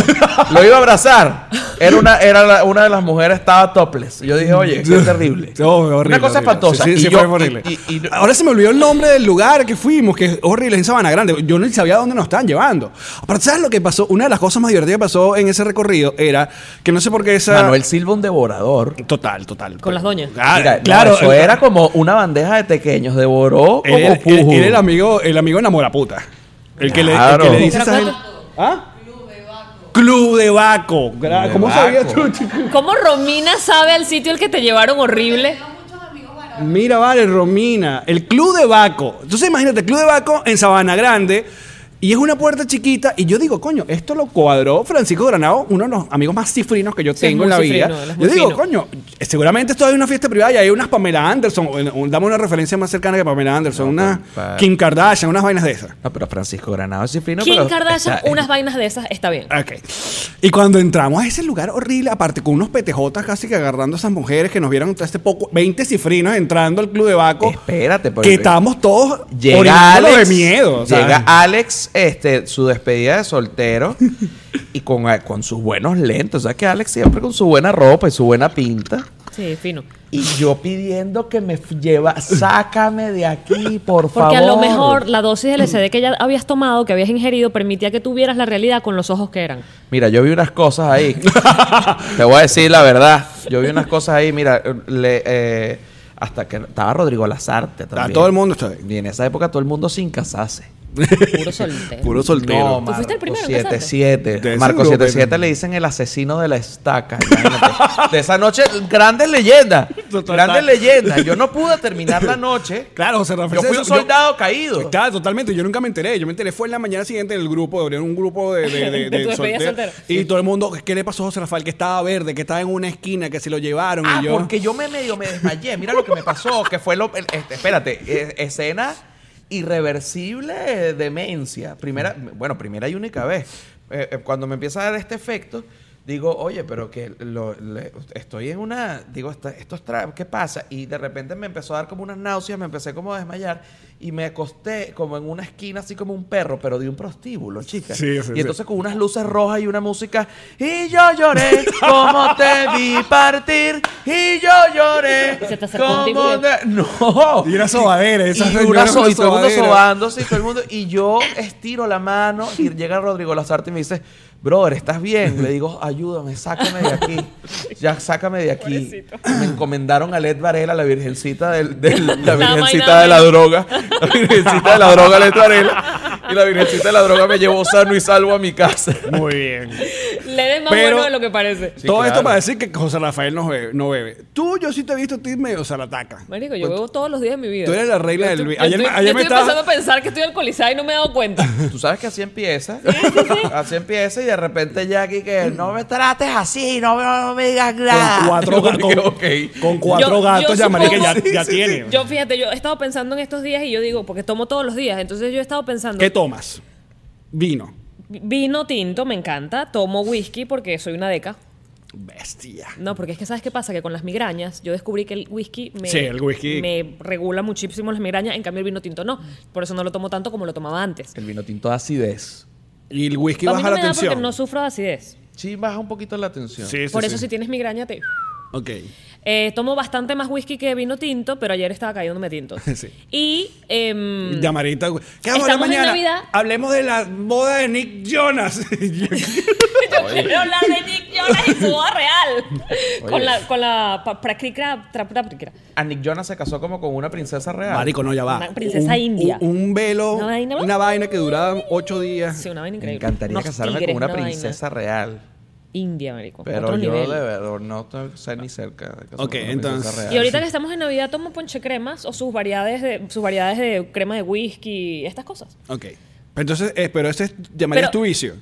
Speaker 4: Lo iba a abrazar. Era una, era la- una de las mujeres, estaba topless. Yo dije, oye, qué terrible.
Speaker 2: Oh, horrible,
Speaker 4: una cosa
Speaker 2: horrible.
Speaker 4: espantosa.
Speaker 2: Sí, sí,
Speaker 4: Y
Speaker 2: sí,
Speaker 4: yo-
Speaker 2: fue horrible. Ah,
Speaker 4: y- y- y-
Speaker 2: Ahora se me olvidó el nombre del lugar que fuimos, que es horrible, en Sabana Grande. Yo no sabía dónde nos estaban llevando. Aparte, ¿sabes lo que pasó? Una de las cosas más divertidas que pasó en ese recorrido era que no sé por qué esa.
Speaker 4: Manuel Silva, un devorador.
Speaker 2: Total, total.
Speaker 3: Con las doñas.
Speaker 2: Claro,
Speaker 4: Mira, no,
Speaker 2: Ah, claro.
Speaker 4: eso era como una bandeja de pequeños. Devoró
Speaker 2: Él
Speaker 4: como
Speaker 2: era, él-
Speaker 4: pujo.
Speaker 2: él era el amigo, el amigo enamoraputa. El que le- el que le,
Speaker 4: Claro.
Speaker 2: dice
Speaker 3: ¿Pero
Speaker 2: esa
Speaker 3: cuánto?
Speaker 2: gente- ¿Ah? Club de Baco. Gra-
Speaker 4: de
Speaker 2: ¿Cómo
Speaker 4: Baco.
Speaker 2: sabías tú, chico?
Speaker 3: ¿Cómo Romina sabe al sitio al que te llevaron horrible?
Speaker 2: Mira, vale, Romina. El Club de Baco. Entonces, imagínate, el Club de Baco en Sabana Grande. Y es una puerta chiquita. Y yo digo, coño, esto lo cuadró Francisco Granado, uno de los amigos más cifrinos que yo
Speaker 3: Sí, es
Speaker 2: tengo
Speaker 3: muy
Speaker 2: en la
Speaker 3: cifrino, él
Speaker 2: vida.
Speaker 3: es
Speaker 2: Yo
Speaker 3: muy
Speaker 2: digo,
Speaker 3: fino.
Speaker 2: coño, seguramente esto hay una fiesta privada y hay unas Pamela Anderson. o- o- Dame una referencia más cercana que Pamela Anderson. una
Speaker 4: pa-
Speaker 2: Kim Kardashian, unas vainas de esas.
Speaker 4: No, pero Francisco Granado es cifrino.
Speaker 3: Kim
Speaker 4: pero
Speaker 3: Kardashian,
Speaker 4: está-
Speaker 3: unas vainas de esas, está bien.
Speaker 2: Ok. Y cuando entramos a ese lugar horrible, aparte con unos petejotas casi que agarrando a esas mujeres que nos vieron hace poco, 20 cifrinos entrando al club de Baco.
Speaker 4: Espérate, porque-
Speaker 2: Que estábamos todos
Speaker 4: Llega
Speaker 2: orinándolo
Speaker 4: Alex,
Speaker 2: de miedo. ¿sabes?
Speaker 4: Llega Alex, este, su despedida de soltero y con, con sus buenos lentes. O sea que Alex siempre con su buena ropa y su buena pinta.
Speaker 3: Sí, fino.
Speaker 4: Y yo pidiendo que me f- lleva, sácame de aquí, por favor.
Speaker 3: Porque a lo mejor la dosis de LSD que ya habías tomado, que habías ingerido, permitía que tuvieras la realidad con los ojos que eran.
Speaker 4: Mira, yo vi unas cosas ahí. Te voy a decir la verdad. Yo vi unas cosas ahí, mira, le, eh, hasta que estaba Rodrigo Lazarte también.
Speaker 2: todo el mundo está ahí.
Speaker 4: Y en esa época todo el mundo sin casarse.
Speaker 3: Puro soltero.
Speaker 2: Puro soltero.
Speaker 4: No,
Speaker 3: fuiste el primero en
Speaker 4: Marco
Speaker 3: casarte?
Speaker 4: 77.
Speaker 2: De
Speaker 4: Marco
Speaker 2: seguro,
Speaker 4: 77
Speaker 2: pero-
Speaker 4: le dicen el asesino de la estaca. imagínate. de esa noche, grandes leyendas.
Speaker 2: Total.
Speaker 4: Grandes leyendas. Yo no pude terminar la noche.
Speaker 2: Claro, José Rafael.
Speaker 4: Yo fui un
Speaker 2: eso-
Speaker 4: soldado caído.
Speaker 2: Claro, totalmente. Yo nunca me enteré. Yo me enteré fue en la mañana siguiente del grupo, abrieron un grupo de, de, de-
Speaker 3: De
Speaker 2: de
Speaker 3: tu despedida
Speaker 2: solteros.
Speaker 3: soltero.
Speaker 2: Y todo el mundo, ¿qué le pasó a José Rafael? Que estaba verde, que estaba en una esquina, que se lo llevaron.
Speaker 4: Ah,
Speaker 2: y yo,
Speaker 4: porque yo me medio me desmayé. Mira lo que me pasó, que fue lo. el- este, espérate, eh, escena irreversible de demencia. Primera, bueno, primera y única vez. Eh, eh, cuando me empieza a dar este efecto, digo, oye, pero que lo- le- estoy en una. Digo, esta- esto es tra- ¿qué pasa? Y de repente me empezó a dar como unas náuseas, me empecé como a desmayar. y me acosté como en una esquina, así como un perro, pero de un prostíbulo, chicas.
Speaker 2: Sí, sí,
Speaker 4: y
Speaker 2: sí.
Speaker 4: entonces con unas luces rojas y una música. Y yo lloré como te vi partir. Y yo lloré.
Speaker 3: Se te acercó un
Speaker 4: como
Speaker 3: tiburón.
Speaker 4: te- No.
Speaker 2: Y una sobadera, esa
Speaker 4: y,
Speaker 2: señora
Speaker 4: una
Speaker 2: con
Speaker 4: so-
Speaker 2: una
Speaker 4: y todo el mundo
Speaker 2: sobadera.
Speaker 4: sobándose y todo el mundo. Y yo estiro la mano y llega Rodrigo Lazarte y me dice, brother, ¿estás bien? Le digo, ayúdame, sácame de aquí. Ya, sácame de aquí. Me encomendaron a Led Varela, la virgencita del, del- la
Speaker 3: Nada más y
Speaker 4: virgencita
Speaker 3: nada
Speaker 4: de la
Speaker 3: menos.
Speaker 4: droga. La virgencita de la droga, Led Varela. Y la virgencita de la droga me llevó sano y salvo a mi casa.
Speaker 2: Muy bien.
Speaker 3: Le des más
Speaker 2: Pero-
Speaker 3: bueno de lo que parece.
Speaker 4: Sí,
Speaker 2: Todo esto
Speaker 4: claro.
Speaker 2: para decir que José Rafael no bebe. No bebe. Tú, yo sí te he visto a ti medio salataca.
Speaker 3: Marico, yo bebo todos los días de mi vida.
Speaker 2: Pues Tú eres la regla del-
Speaker 3: Yo estoy-
Speaker 2: ayer me-
Speaker 3: yo estoy,
Speaker 2: ayer
Speaker 3: yo
Speaker 2: me
Speaker 3: estoy empezando
Speaker 2: estaba-
Speaker 3: a pensar que estoy alcoholizada y no me he dado cuenta.
Speaker 4: Tú sabes que así empieza. Así empieza y de repente ya aquí que no me trates así, no, me- no me digas nada.
Speaker 2: Con cuatro,
Speaker 4: Porque,
Speaker 2: con,
Speaker 4: ok.
Speaker 2: con cuatro
Speaker 3: Ah. Yo- yo
Speaker 2: gatos ya,
Speaker 3: supongo-
Speaker 2: marica, ya,
Speaker 4: Sí,
Speaker 2: ya
Speaker 4: sí,
Speaker 2: tiene.
Speaker 3: Yo fíjate, yo he estado pensando en estos días y yo digo, porque tomo todos los días, entonces yo he estado pensando,
Speaker 2: ¿Qué tomas? Vino.
Speaker 3: vino tinto me encanta, tomo whisky porque soy una deca.
Speaker 2: Bestia.
Speaker 3: No, porque es que sabes qué pasa, que con las migrañas yo descubrí que el whisky me,
Speaker 2: Sí, el whisky.
Speaker 3: me regula muchísimo las migrañas, en cambio el vino tinto no, por eso no lo tomo tanto como lo tomaba antes.
Speaker 4: El vino tinto da acidez.
Speaker 2: Y el whisky
Speaker 3: A mí
Speaker 2: baja
Speaker 3: no
Speaker 2: la
Speaker 3: me da porque
Speaker 2: tensión.
Speaker 3: no sufro de acidez.
Speaker 4: Sí, baja un poquito la tensión.
Speaker 2: Sí, sí,
Speaker 3: por
Speaker 2: sí.
Speaker 3: eso si tienes migraña te...
Speaker 2: Ok.
Speaker 3: Eh, tomo bastante más whisky que vino tinto, pero ayer estaba cayéndome tinto.
Speaker 2: Sí.
Speaker 3: Y... em,
Speaker 2: Llamarita. ¿Qué vamos a hablar
Speaker 3: Estamos en
Speaker 2: mañana?
Speaker 3: Navidad.
Speaker 2: Hablemos de la boda de Nick Jonas.
Speaker 3: Yo quiero hablar de Nick Jonas y su boda real.
Speaker 4: Oye.
Speaker 3: Con la, con la pa- practicra, tra- practicra.
Speaker 4: A Nick Jonas se casó como con una princesa real.
Speaker 2: Marico, no, ya va.
Speaker 3: Una princesa india.
Speaker 2: Un, un velo,
Speaker 3: Una vaina, ¿no?
Speaker 2: una vaina que duraba ocho días.
Speaker 3: Sí, una vaina
Speaker 4: Me
Speaker 3: increíble.
Speaker 4: encantaría
Speaker 3: Unos
Speaker 4: casarme
Speaker 3: tigres,
Speaker 4: con una
Speaker 3: vaina.
Speaker 4: princesa real.
Speaker 3: India, marico.
Speaker 4: Pero
Speaker 3: otro
Speaker 4: yo
Speaker 3: nivel.
Speaker 4: de verdad no estoy sé ni cerca de casarme
Speaker 2: Ok,
Speaker 4: con una
Speaker 2: entonces-
Speaker 4: princesa real.
Speaker 3: Y ahorita que estamos en Navidad, tomo ponche cremas o sus variedades de, sus variedades de crema de whisky, estas cosas.
Speaker 2: Ok. Entonces, eh, pero ese es, llamarías
Speaker 3: Pero-
Speaker 2: tu vicio.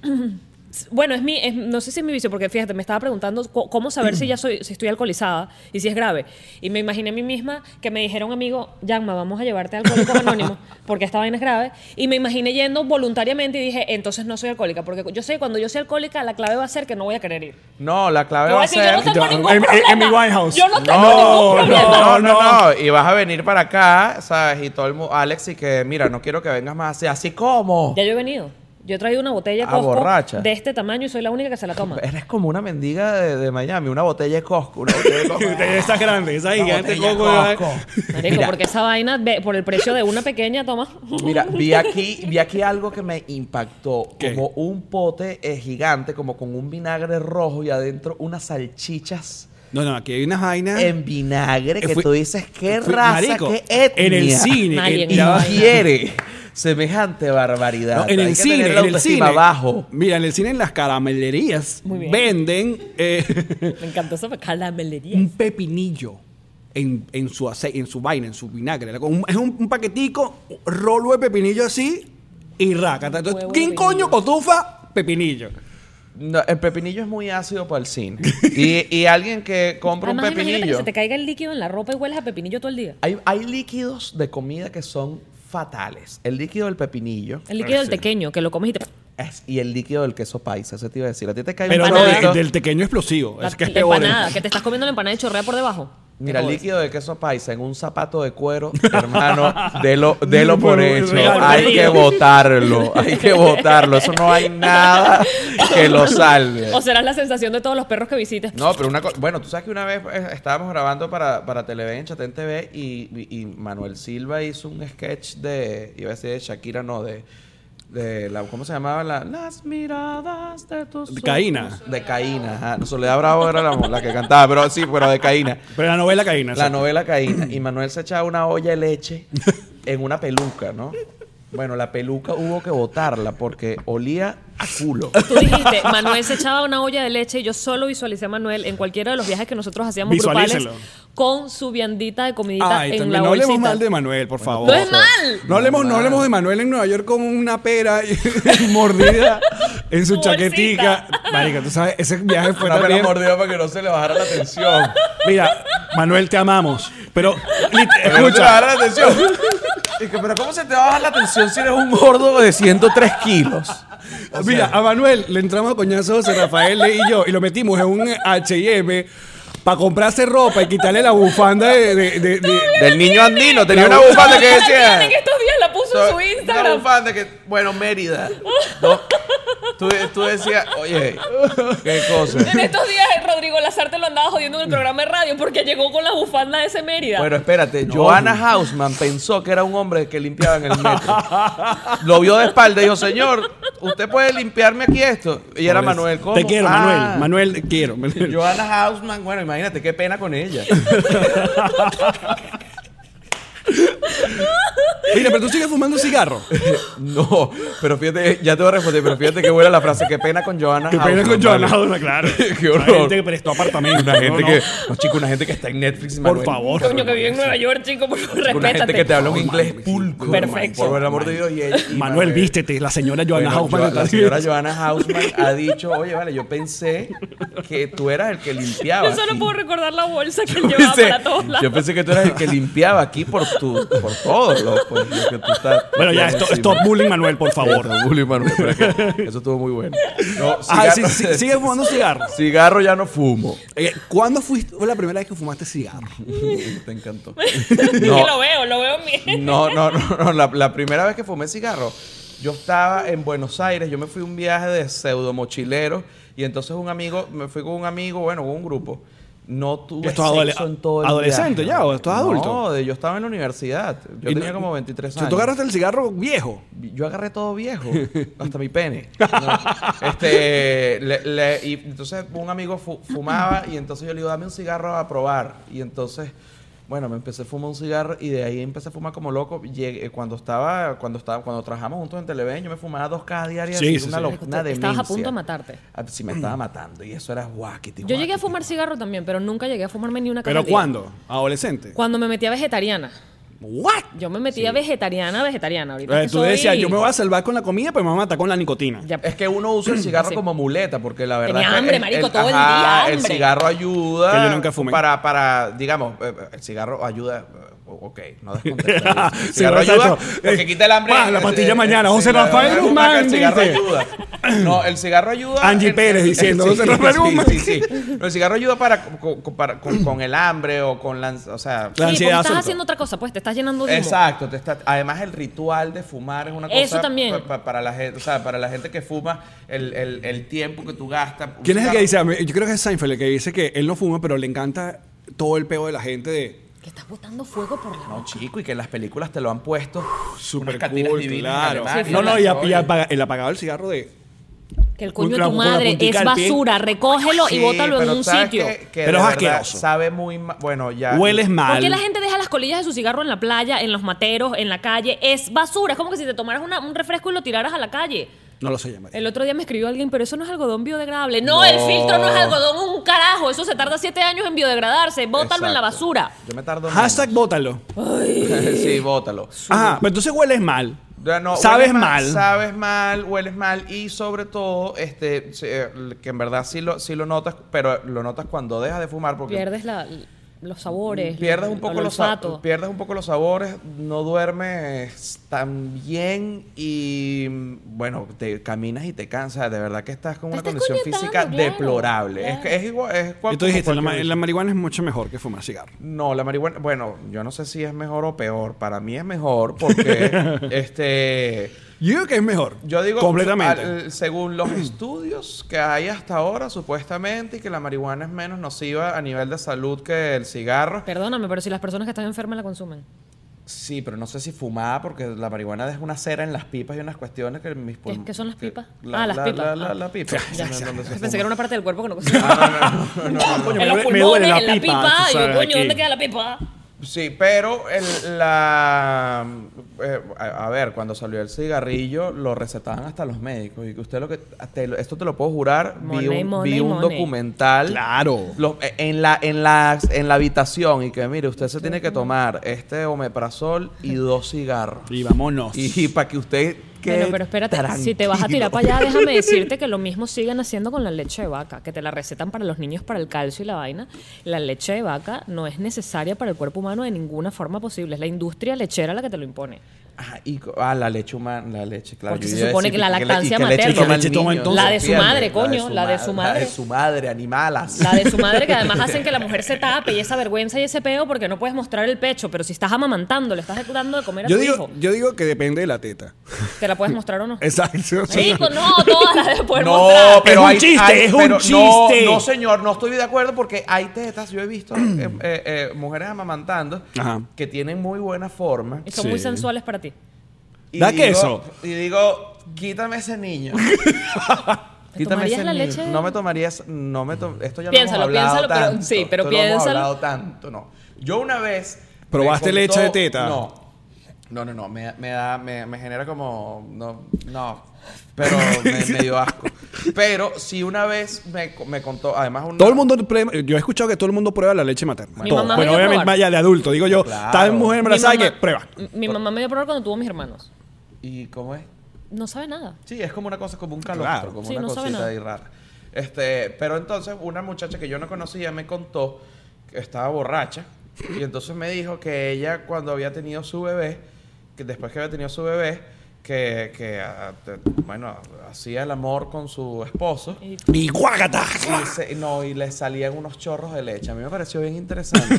Speaker 3: Bueno, es mi, es- no sé si es mi vicio, porque fíjate, me estaba preguntando co- cómo saber si ya soy, si estoy alcoholizada y si es grave. Y me imaginé a mí misma que me dijera un amigo, Yanma, vamos a llevarte a Alcohólicos Anónimos, porque esta vaina es grave. Y me imaginé yendo voluntariamente y dije, entonces no soy alcohólica, porque yo sé que cuando yo soy alcohólica, la clave va a ser que no voy a querer ir.
Speaker 4: No, la clave
Speaker 3: Yo
Speaker 4: va
Speaker 3: voy a
Speaker 4: a
Speaker 3: decir, yo
Speaker 4: ser...
Speaker 3: no tengo
Speaker 2: Yo-
Speaker 3: ningún
Speaker 2: Amy-
Speaker 3: problema.
Speaker 2: Amy Winehouse.
Speaker 3: Yo no tengo
Speaker 4: No,
Speaker 3: ningún
Speaker 4: no,
Speaker 3: problema.
Speaker 4: no, no, no. Y vas a venir para acá, ¿sabes? Y todo el mundo, Alex, y que, mira, no quiero que vengas más así. ¿Así como.
Speaker 3: Ya yo he venido. Yo he traído una botella
Speaker 4: Oh. Ah,
Speaker 3: Costco
Speaker 4: borracha.
Speaker 3: de este tamaño y soy la única que se la toma.
Speaker 4: Eres como una mendiga de, de Miami, una botella de Costco. Una botella de Costco.
Speaker 2: esa es grande, esa
Speaker 4: Una
Speaker 2: gigante.
Speaker 4: botella de
Speaker 2: coco, ¿verdad?
Speaker 4: Costco.
Speaker 3: Marico,
Speaker 4: Mira.
Speaker 3: porque esa vaina, ve- por el precio de una pequeña, toma.
Speaker 4: Mira, vi aquí, vi aquí algo que me impactó.
Speaker 2: ¿Qué?
Speaker 4: Como un pote eh, gigante, como con un vinagre rojo y adentro unas salchichas
Speaker 2: No, no, aquí hay unas vainas.
Speaker 4: en vinagre que
Speaker 2: ¿Eh? Fui-
Speaker 4: tú dices, qué
Speaker 2: fui-
Speaker 4: raza,
Speaker 2: marico,
Speaker 4: qué etnia.
Speaker 2: En el cine.
Speaker 3: Nadie
Speaker 2: en-
Speaker 3: en
Speaker 4: Y
Speaker 3: la
Speaker 2: ya va-
Speaker 3: vaina.
Speaker 4: quiere semejante barbaridad.
Speaker 2: No, en
Speaker 4: Hay
Speaker 2: el
Speaker 4: que
Speaker 2: cine,
Speaker 4: tener
Speaker 2: en
Speaker 4: la
Speaker 2: el cine.
Speaker 4: autoestima bajo.
Speaker 2: Mira, en el cine, en las caramelerías,
Speaker 3: Muy bien.
Speaker 2: venden eh,
Speaker 3: Me encantó esa caramelería.
Speaker 2: un pepinillo en, en su ace- en su vaina, en su vinagre. La co- un- es un, un paquetico, rolo de pepinillo así y rácata. Entonces,
Speaker 3: Huevo de
Speaker 2: ¿quién coño
Speaker 3: pepinillo.
Speaker 2: cotufa pepinillo?
Speaker 4: No, el pepinillo es muy ácido para el cine. y, y alguien que compra
Speaker 3: Además,
Speaker 4: un
Speaker 3: imagínate que
Speaker 4: pepinillo.
Speaker 3: se te caiga el líquido en la ropa y hueles a pepinillo todo el día.
Speaker 4: Hay, hay líquidos de comida que son fatales. El líquido del pepinillo
Speaker 3: El líquido del pequeño, que lo comes y
Speaker 4: Pues
Speaker 3: te...
Speaker 4: es- y el líquido del queso paisa. Eso te iba a decir. A ti te cae
Speaker 2: Pero
Speaker 4: un
Speaker 2: no,
Speaker 4: panadito-
Speaker 2: el del pequeño explosivo.
Speaker 3: La,
Speaker 2: Es que es
Speaker 3: la
Speaker 2: peor.
Speaker 3: empanada, que te estás comiendo la empanada y chorrea por debajo. Te
Speaker 4: Mira, el
Speaker 3: jodes.
Speaker 4: líquido de queso paisa en un zapato de cuero, hermano, de lo, de lo por hecho.
Speaker 2: Regalo.
Speaker 4: Hay que botarlo, hay que botarlo. Eso no hay nada que lo salve.
Speaker 3: O serás la sensación de todos los perros que visites.
Speaker 4: No, pero una cosa. Bueno, tú sabes que una vez eh, estábamos grabando para, para Televen, Chatén TV, y, y- y Manuel Silva hizo un sketch de. Iba a decir de Shakira, no, de. de la, ¿Cómo se llamaba? La, las miradas de tus.
Speaker 2: De Caína.
Speaker 4: ojos. De Caína, ajá. No, Soledad Bravo era la, la que cantaba, pero sí, pero de Caína.
Speaker 2: Pero la novela caína.
Speaker 4: La
Speaker 2: exacto.
Speaker 4: novela Caína. Y Manuel se echaba una olla de leche en una peluca, ¿no? Bueno, la peluca hubo que botarla porque olía a culo.
Speaker 3: Tú dijiste, Manuel se echaba una olla de leche y yo solo visualicé a Manuel en cualquiera de los viajes que nosotros hacíamos grupales
Speaker 2: Visualícelo.
Speaker 3: con su viandita de comidita
Speaker 2: Ay,
Speaker 3: en
Speaker 2: también,
Speaker 3: la
Speaker 2: no
Speaker 3: bolsita.
Speaker 2: hablemos mal de Manuel, por favor.
Speaker 3: No es mal.
Speaker 2: No hablemos, no hablemos de Manuel en Nueva York con una pera y- y mordida en su
Speaker 3: Su bolsita.
Speaker 2: chaquetica. Marica, tú sabes, ese viaje fue
Speaker 4: Una pela
Speaker 2: también-
Speaker 4: mordida para que no se le bajara la tensión.
Speaker 2: Mira, Manuel, te amamos. Pero, lit-
Speaker 4: Pero no te
Speaker 2: escucha.
Speaker 4: bajará la tensión. Y que, pero ¿cómo se te va a bajar la tensión si eres un gordo de 103 kilos? O sea,
Speaker 2: Mira, a Manuel le entramos a coñazos a Rafael y yo y lo metimos en un HM para comprarse ropa y quitarle la bufanda de. de- de- de-
Speaker 4: del niño andino
Speaker 2: La
Speaker 4: tenía una
Speaker 2: bufanda
Speaker 4: bufanda que
Speaker 3: Ahora tienen
Speaker 4: decía.
Speaker 3: estos días puso en su
Speaker 4: Era
Speaker 3: Instagram.
Speaker 4: un fan de que, bueno, Mérida. No. Tú, tú decías, oye, qué cosa.
Speaker 3: En estos días Rodrigo Lazarte lo andaba jodiendo en el programa de radio porque llegó con la bufanda de ese Mérida.
Speaker 4: Bueno, espérate, Johanna Hausman pensó que era un hombre que limpiaba en el metro. Lo vio de espalda y dijo, señor, ¿usted puede limpiarme aquí esto? Y era Manuel ¿cómo?
Speaker 2: Te quiero,
Speaker 4: Ah.
Speaker 2: Manuel. Manuel, te quiero. Manuel.
Speaker 4: Johanna Hausman, bueno, imagínate qué pena con ella.
Speaker 2: Mira, pero tú sigues fumando cigarro.
Speaker 4: No, pero fíjate, ya te voy a responder, pero fíjate que buena la frase, qué pena con Johanna
Speaker 2: Qué pena
Speaker 4: Hausmann,
Speaker 2: con Joan
Speaker 4: vale.
Speaker 2: Aula, claro.
Speaker 4: Qué
Speaker 2: Una
Speaker 4: horror.
Speaker 2: gente que prestó apartamento.
Speaker 4: Una gente
Speaker 2: no,
Speaker 4: que,
Speaker 2: no.
Speaker 4: no, chico, una gente que está en Netflix,
Speaker 2: Por
Speaker 4: Manuel.
Speaker 2: favor.
Speaker 3: Coño, que vive en Nueva York, chico, por favor,
Speaker 4: Una gente
Speaker 3: respétate.
Speaker 4: que te habla un inglés pulco.
Speaker 3: Perfecto.
Speaker 4: Por el amor de Dios. Y ella- y
Speaker 2: Manuel, vístete. La señora Joan
Speaker 4: Bueno,
Speaker 2: Aula.
Speaker 4: Joa- la señora Johanna Hausman ha dicho, oye, vale, yo pensé que tú eras el que limpiaba.
Speaker 3: Yo solo
Speaker 4: aquí".
Speaker 3: puedo recordar la bolsa que él
Speaker 4: Yo
Speaker 3: llevaba
Speaker 4: pensé-
Speaker 3: para todos
Speaker 4: Yo
Speaker 3: lados.
Speaker 4: pensé que tú eras el que limpiaba aquí por tu, por todo lo, pues, lo que tú estás.
Speaker 2: Bueno, ya, stop, stop bullying, Manuel, por favor.
Speaker 4: Stop bullying, Manuel, pero es que eso estuvo muy bueno. No,
Speaker 2: Ah,
Speaker 4: cigarro-
Speaker 2: sí, sí, sigues fumando cigarro.
Speaker 4: cigarro ya no fumo.
Speaker 2: Eh, ¿Cuándo fuiste fue la primera vez que fumaste cigarro?
Speaker 4: Te encantó.
Speaker 3: Y
Speaker 4: No.
Speaker 3: lo veo, lo veo bien.
Speaker 4: No, no, no, no. La, la primera vez que fumé cigarro, yo estaba en Buenos Aires, yo me fui a un viaje de pseudo mochilero y entonces un amigo, me fui con un amigo, bueno, con un grupo. No tuve
Speaker 2: ¿Esto es adole-
Speaker 4: sexo en todo el
Speaker 2: adolescente
Speaker 4: viaje.
Speaker 2: ya o esto es adulto?
Speaker 4: No, de- yo estaba en la universidad. Yo
Speaker 2: Y
Speaker 4: tenía
Speaker 2: no-
Speaker 4: como 23
Speaker 2: Si
Speaker 4: años.
Speaker 2: tú agarraste el cigarro viejo.
Speaker 4: Yo agarré todo viejo, hasta mi pene. No, Este, le- le- y entonces un amigo fu- fumaba y entonces yo le digo, dame un cigarro a probar. Y entonces, bueno, me empecé a fumar un cigarro y de ahí empecé a fumar como loco. Llegué- cuando estaba, cuando estaba, cuando trabajamos juntos en Televen, yo me fumaba dos cajas diarias.
Speaker 2: Sí,
Speaker 4: y
Speaker 2: sí,
Speaker 4: una,
Speaker 2: sí.
Speaker 4: lo- una
Speaker 3: Estabas a
Speaker 4: demencia.
Speaker 3: punto de matarte.
Speaker 4: Ah, Sí, me estaba matando y eso era guaquiti.
Speaker 3: Yo llegué a
Speaker 4: guaquiti.
Speaker 3: fumar cigarro también, pero nunca llegué a fumarme ni una caja
Speaker 2: ¿Pero
Speaker 3: al día.
Speaker 2: cuándo? ¿Adolescente?
Speaker 3: Cuando me metí a vegetariana.
Speaker 2: ¿What?
Speaker 3: Yo me metí a vegetariana, vegetariana. Ahorita
Speaker 2: Eh,
Speaker 3: que
Speaker 2: tú
Speaker 3: soy-
Speaker 2: decías, yo me voy a salvar con la comida, pero me voy a matar con la nicotina.
Speaker 3: Ya, pues,
Speaker 4: Es que uno usa el cigarro
Speaker 3: Sí.
Speaker 4: como muleta, porque la verdad.
Speaker 3: Tenía
Speaker 4: es que
Speaker 3: hambre, marico, todo el
Speaker 4: ajá,
Speaker 3: día,
Speaker 4: El
Speaker 3: hambre.
Speaker 4: cigarro ayuda.
Speaker 2: Que yo nunca fumé.
Speaker 4: Para, para digamos, eh, eh, el cigarro ayuda. eh, Ok, no descontextualizo. El
Speaker 2: Sí,
Speaker 4: cigarro ayuda.
Speaker 2: exacto.
Speaker 4: Porque quita el hambre.
Speaker 2: Ah, la pastilla
Speaker 4: eh,
Speaker 2: mañana,
Speaker 4: eh,
Speaker 2: José
Speaker 4: sí, la-
Speaker 2: Rafael
Speaker 4: la-
Speaker 2: Guzmán,
Speaker 4: El cigarro
Speaker 2: dice.
Speaker 4: ayuda. No, el cigarro ayuda.
Speaker 2: Angie
Speaker 4: el-
Speaker 2: Pérez
Speaker 4: el-
Speaker 2: diciendo,
Speaker 4: sí,
Speaker 2: José Rafael Guzmán.
Speaker 4: Sí, sí, sí. No, El cigarro ayuda para, con, con- para- con- con el hambre o con la. O sea.
Speaker 3: Sí,
Speaker 2: La
Speaker 3: porque
Speaker 2: ansiedad
Speaker 3: pues, estás
Speaker 2: suelto.
Speaker 3: haciendo otra cosa, pues te estás llenando de humo.
Speaker 4: Exacto, te está- además el ritual de fumar es una cosa
Speaker 3: Eso también.
Speaker 4: pa- pa- para la gente, o sea, para la gente que fuma el, el- el tiempo que tú gastas.
Speaker 2: ¿Quién es el que dice? A mí- Yo creo que es Seinfeld el que dice que él no fuma, pero le encanta todo el peo de la gente de...
Speaker 3: Que estás botando fuego por la
Speaker 4: No, chico, y que en las películas te lo han puesto
Speaker 2: Super
Speaker 4: unas catinas
Speaker 2: cool,
Speaker 4: divinas
Speaker 2: claro.
Speaker 4: alemanas.
Speaker 2: no, no, y, ap- y apaga- el apagado del cigarro de...
Speaker 3: Que el coño
Speaker 2: Con la-
Speaker 3: de tu
Speaker 2: con la
Speaker 3: madre
Speaker 2: puntica
Speaker 3: es
Speaker 2: del pie.
Speaker 3: basura, recógelo y
Speaker 4: Sí,
Speaker 3: bótalo en
Speaker 4: pero
Speaker 3: un
Speaker 4: ¿sabes
Speaker 3: sitio.
Speaker 4: qué? Que
Speaker 2: Pero
Speaker 4: de
Speaker 2: es
Speaker 4: verdad
Speaker 2: asqueroso.
Speaker 4: Sabe muy ma- bueno, ya
Speaker 2: Hueles mal.
Speaker 3: ¿Por qué la gente deja las colillas de su cigarro en la playa, en los materos, en la calle? Es basura. Es como que si te tomaras una- un refresco y lo tiraras a la calle.
Speaker 2: No lo sé llamar.
Speaker 3: El otro día me escribió alguien, pero eso no es algodón biodegradable. No,
Speaker 4: No.
Speaker 3: el filtro no es algodón, un carajo. Eso se tarda siete años en biodegradarse. Bótalo en la
Speaker 4: Exacto.
Speaker 3: basura.
Speaker 4: Yo me tardo
Speaker 2: Hashtag
Speaker 4: menos.
Speaker 2: bótalo.
Speaker 4: sí, bótalo.
Speaker 2: Ajá, pero entonces hueles mal.
Speaker 4: Ya no,
Speaker 2: Sabes
Speaker 4: hueles
Speaker 2: mal.
Speaker 4: Sabes mal, hueles mal y sobre todo, este, se- eh, que en verdad sí lo, sí lo notas, pero lo notas cuando dejas de fumar porque Mm,
Speaker 3: Pierdes la- los sabores.
Speaker 4: pierdes
Speaker 3: el-
Speaker 4: un poco
Speaker 3: el
Speaker 4: los sa-
Speaker 3: olfato.
Speaker 4: pierdes un poco los sabores, no duermes tan bien y bueno, te caminas y te cansas, de verdad que estás con
Speaker 3: Te
Speaker 4: una
Speaker 3: estás
Speaker 4: condición física
Speaker 3: coñetando, claro,
Speaker 4: deplorable. Es que Es, igual es cual-
Speaker 2: Y tú dijiste, la,
Speaker 4: como
Speaker 2: ma-
Speaker 4: cualquier-
Speaker 2: la marihuana es mucho mejor que fumar cigarro.
Speaker 4: no, la marihuana, bueno, yo no sé si es mejor o peor, para mí es mejor porque este
Speaker 2: Yo digo que es mejor.
Speaker 4: yo digo,
Speaker 2: Completamente.
Speaker 4: al- eh, según los estudios que hay hasta ahora, supuestamente, y que la marihuana es menos nociva a nivel de salud que el cigarro.
Speaker 3: Perdóname, pero si las personas que están enfermas la consumen.
Speaker 4: Sí, pero no sé si fumada, porque la marihuana es una cera en las pipas y unas cuestiones que mis
Speaker 3: ¿Qué-
Speaker 4: pulm-
Speaker 3: qué son las
Speaker 4: que-
Speaker 3: pipas?
Speaker 4: la-
Speaker 3: Ah, las
Speaker 4: la-
Speaker 3: pipas.
Speaker 4: La, la-
Speaker 3: Ah.
Speaker 4: la pipa.
Speaker 3: Ya,
Speaker 4: en donde se
Speaker 3: Pensé que
Speaker 4: fuma.
Speaker 3: era una parte del cuerpo que no consumía.
Speaker 4: Ah, no, no, no, no, no.
Speaker 2: Coño,
Speaker 3: en
Speaker 2: me duele-
Speaker 3: los
Speaker 2: me
Speaker 3: pulmones,
Speaker 2: duele la
Speaker 3: en la
Speaker 2: pipa,
Speaker 3: pipa.
Speaker 2: tú
Speaker 3: Y yo,
Speaker 2: sabes,
Speaker 3: coño, ¿dónde
Speaker 2: aquí.
Speaker 3: queda la pipa?
Speaker 4: Sí, pero el- la eh, a, a ver, cuando salió el cigarrillo lo recetaban hasta los médicos y que usted lo que te lo- esto te lo puedo jurar, vi
Speaker 3: Money,
Speaker 4: un, vi
Speaker 3: money,
Speaker 4: un
Speaker 3: money.
Speaker 4: documental.
Speaker 2: Claro.
Speaker 4: Los- eh, en la en la en la habitación y que mire, usted se tiene que tomar este omeprazol y dos cigarros.
Speaker 2: Y vámonos.
Speaker 4: Y, para que usted quede
Speaker 3: Bueno, pero espérate, si te vas a tirar
Speaker 4: tranquilo.
Speaker 3: para allá, déjame decirte que lo mismo siguen haciendo con la leche de vaca, que te la recetan para los niños para el calcio y la vaina. La leche de vaca no es necesaria para el cuerpo humano de ninguna forma posible. Es la industria lechera la que te lo impone.
Speaker 4: Ajá, y, co- ah, la leche humana, la leche, claro.
Speaker 3: Porque
Speaker 4: yo
Speaker 3: se
Speaker 4: iba a
Speaker 3: supone que
Speaker 4: decir,
Speaker 3: la
Speaker 4: ¿y qué le- y
Speaker 3: lactancia
Speaker 4: qué leche
Speaker 3: materna.
Speaker 4: toma el
Speaker 2: ¿Y qué leche toma
Speaker 4: niño?
Speaker 2: entonces?
Speaker 3: La de su
Speaker 4: ¿Entiendes?
Speaker 3: madre, coño, la de
Speaker 4: ma-
Speaker 3: su
Speaker 4: La
Speaker 3: madre.
Speaker 4: de su madre, animalas.
Speaker 3: La de su madre, que además hacen que la mujer se tape y esa vergüenza y ese peo porque no puedes mostrar el pecho, pero si estás amamantando, le estás dando de comer a
Speaker 2: Yo
Speaker 3: tu
Speaker 2: digo,
Speaker 3: hijo,
Speaker 2: yo digo que depende de la teta. pues
Speaker 3: te la puedes mostrar o no.
Speaker 2: Exacto. o sea,
Speaker 3: Chico, no, todas las de poder
Speaker 4: No,
Speaker 3: mostrar.
Speaker 4: pero
Speaker 2: Es un
Speaker 4: hay-
Speaker 2: chiste,
Speaker 4: hay-
Speaker 2: es un
Speaker 4: pero no,
Speaker 2: chiste.
Speaker 4: No, señor, no estoy de acuerdo porque hay tetas, yo he visto eh, eh, eh, mujeres amamantando
Speaker 2: Ajá.
Speaker 4: que tienen muy buena forma.
Speaker 3: Y son muy
Speaker 2: Sí.
Speaker 3: sensuales para ti.
Speaker 2: Da
Speaker 4: digo-
Speaker 2: queso.
Speaker 4: Y digo, quítame ese niño.
Speaker 3: tomarías la leche?
Speaker 4: No me tomarías, no me tom- esto ya
Speaker 3: Piénsalo,
Speaker 4: lo hemos hablado
Speaker 3: piénsalo, pero-
Speaker 4: tanto,
Speaker 3: sí, pero
Speaker 4: esto lo hemos
Speaker 3: piénsalo.
Speaker 4: hablado tanto, no. Yo una vez me
Speaker 2: ¿Probaste
Speaker 4: contó-
Speaker 2: leche de teta?
Speaker 4: No. No, no, no, me, me da, me, me genera como, no, no, pero me, me dio asco. Pero sí una vez me, me contó, además una-
Speaker 2: Todo el mundo, pre- yo he escuchado que todo el mundo prueba la leche materna.
Speaker 3: Mi
Speaker 2: Todo.
Speaker 3: mamá
Speaker 2: bueno,
Speaker 3: me dio a
Speaker 2: obviamente,
Speaker 3: probar.
Speaker 2: ya de adulto. Digo yo,
Speaker 4: Claro.
Speaker 2: está en mujer
Speaker 3: Mi
Speaker 2: embarazada y que
Speaker 3: mamá-
Speaker 2: prueba.
Speaker 3: m- Mi mamá me dio a probar cuando tuvo mis hermanos.
Speaker 4: ¿Y cómo es?
Speaker 3: No sabe nada.
Speaker 4: Sí, es como una cosa, como un calor,
Speaker 2: Claro.
Speaker 4: como
Speaker 3: Sí,
Speaker 4: una
Speaker 3: no sabe
Speaker 4: cosita
Speaker 3: nada.
Speaker 4: ahí rara. Este, pero entonces una muchacha que yo no conocía me contó que estaba borracha y entonces me dijo que ella cuando había tenido su bebé, que después que había tenido su bebé, que, que ah, te- bueno, hacía el amor con su esposo
Speaker 3: Y-
Speaker 2: Y guágata.
Speaker 4: y, se- no, y le salían unos chorros de leche. A mí me pareció bien interesante.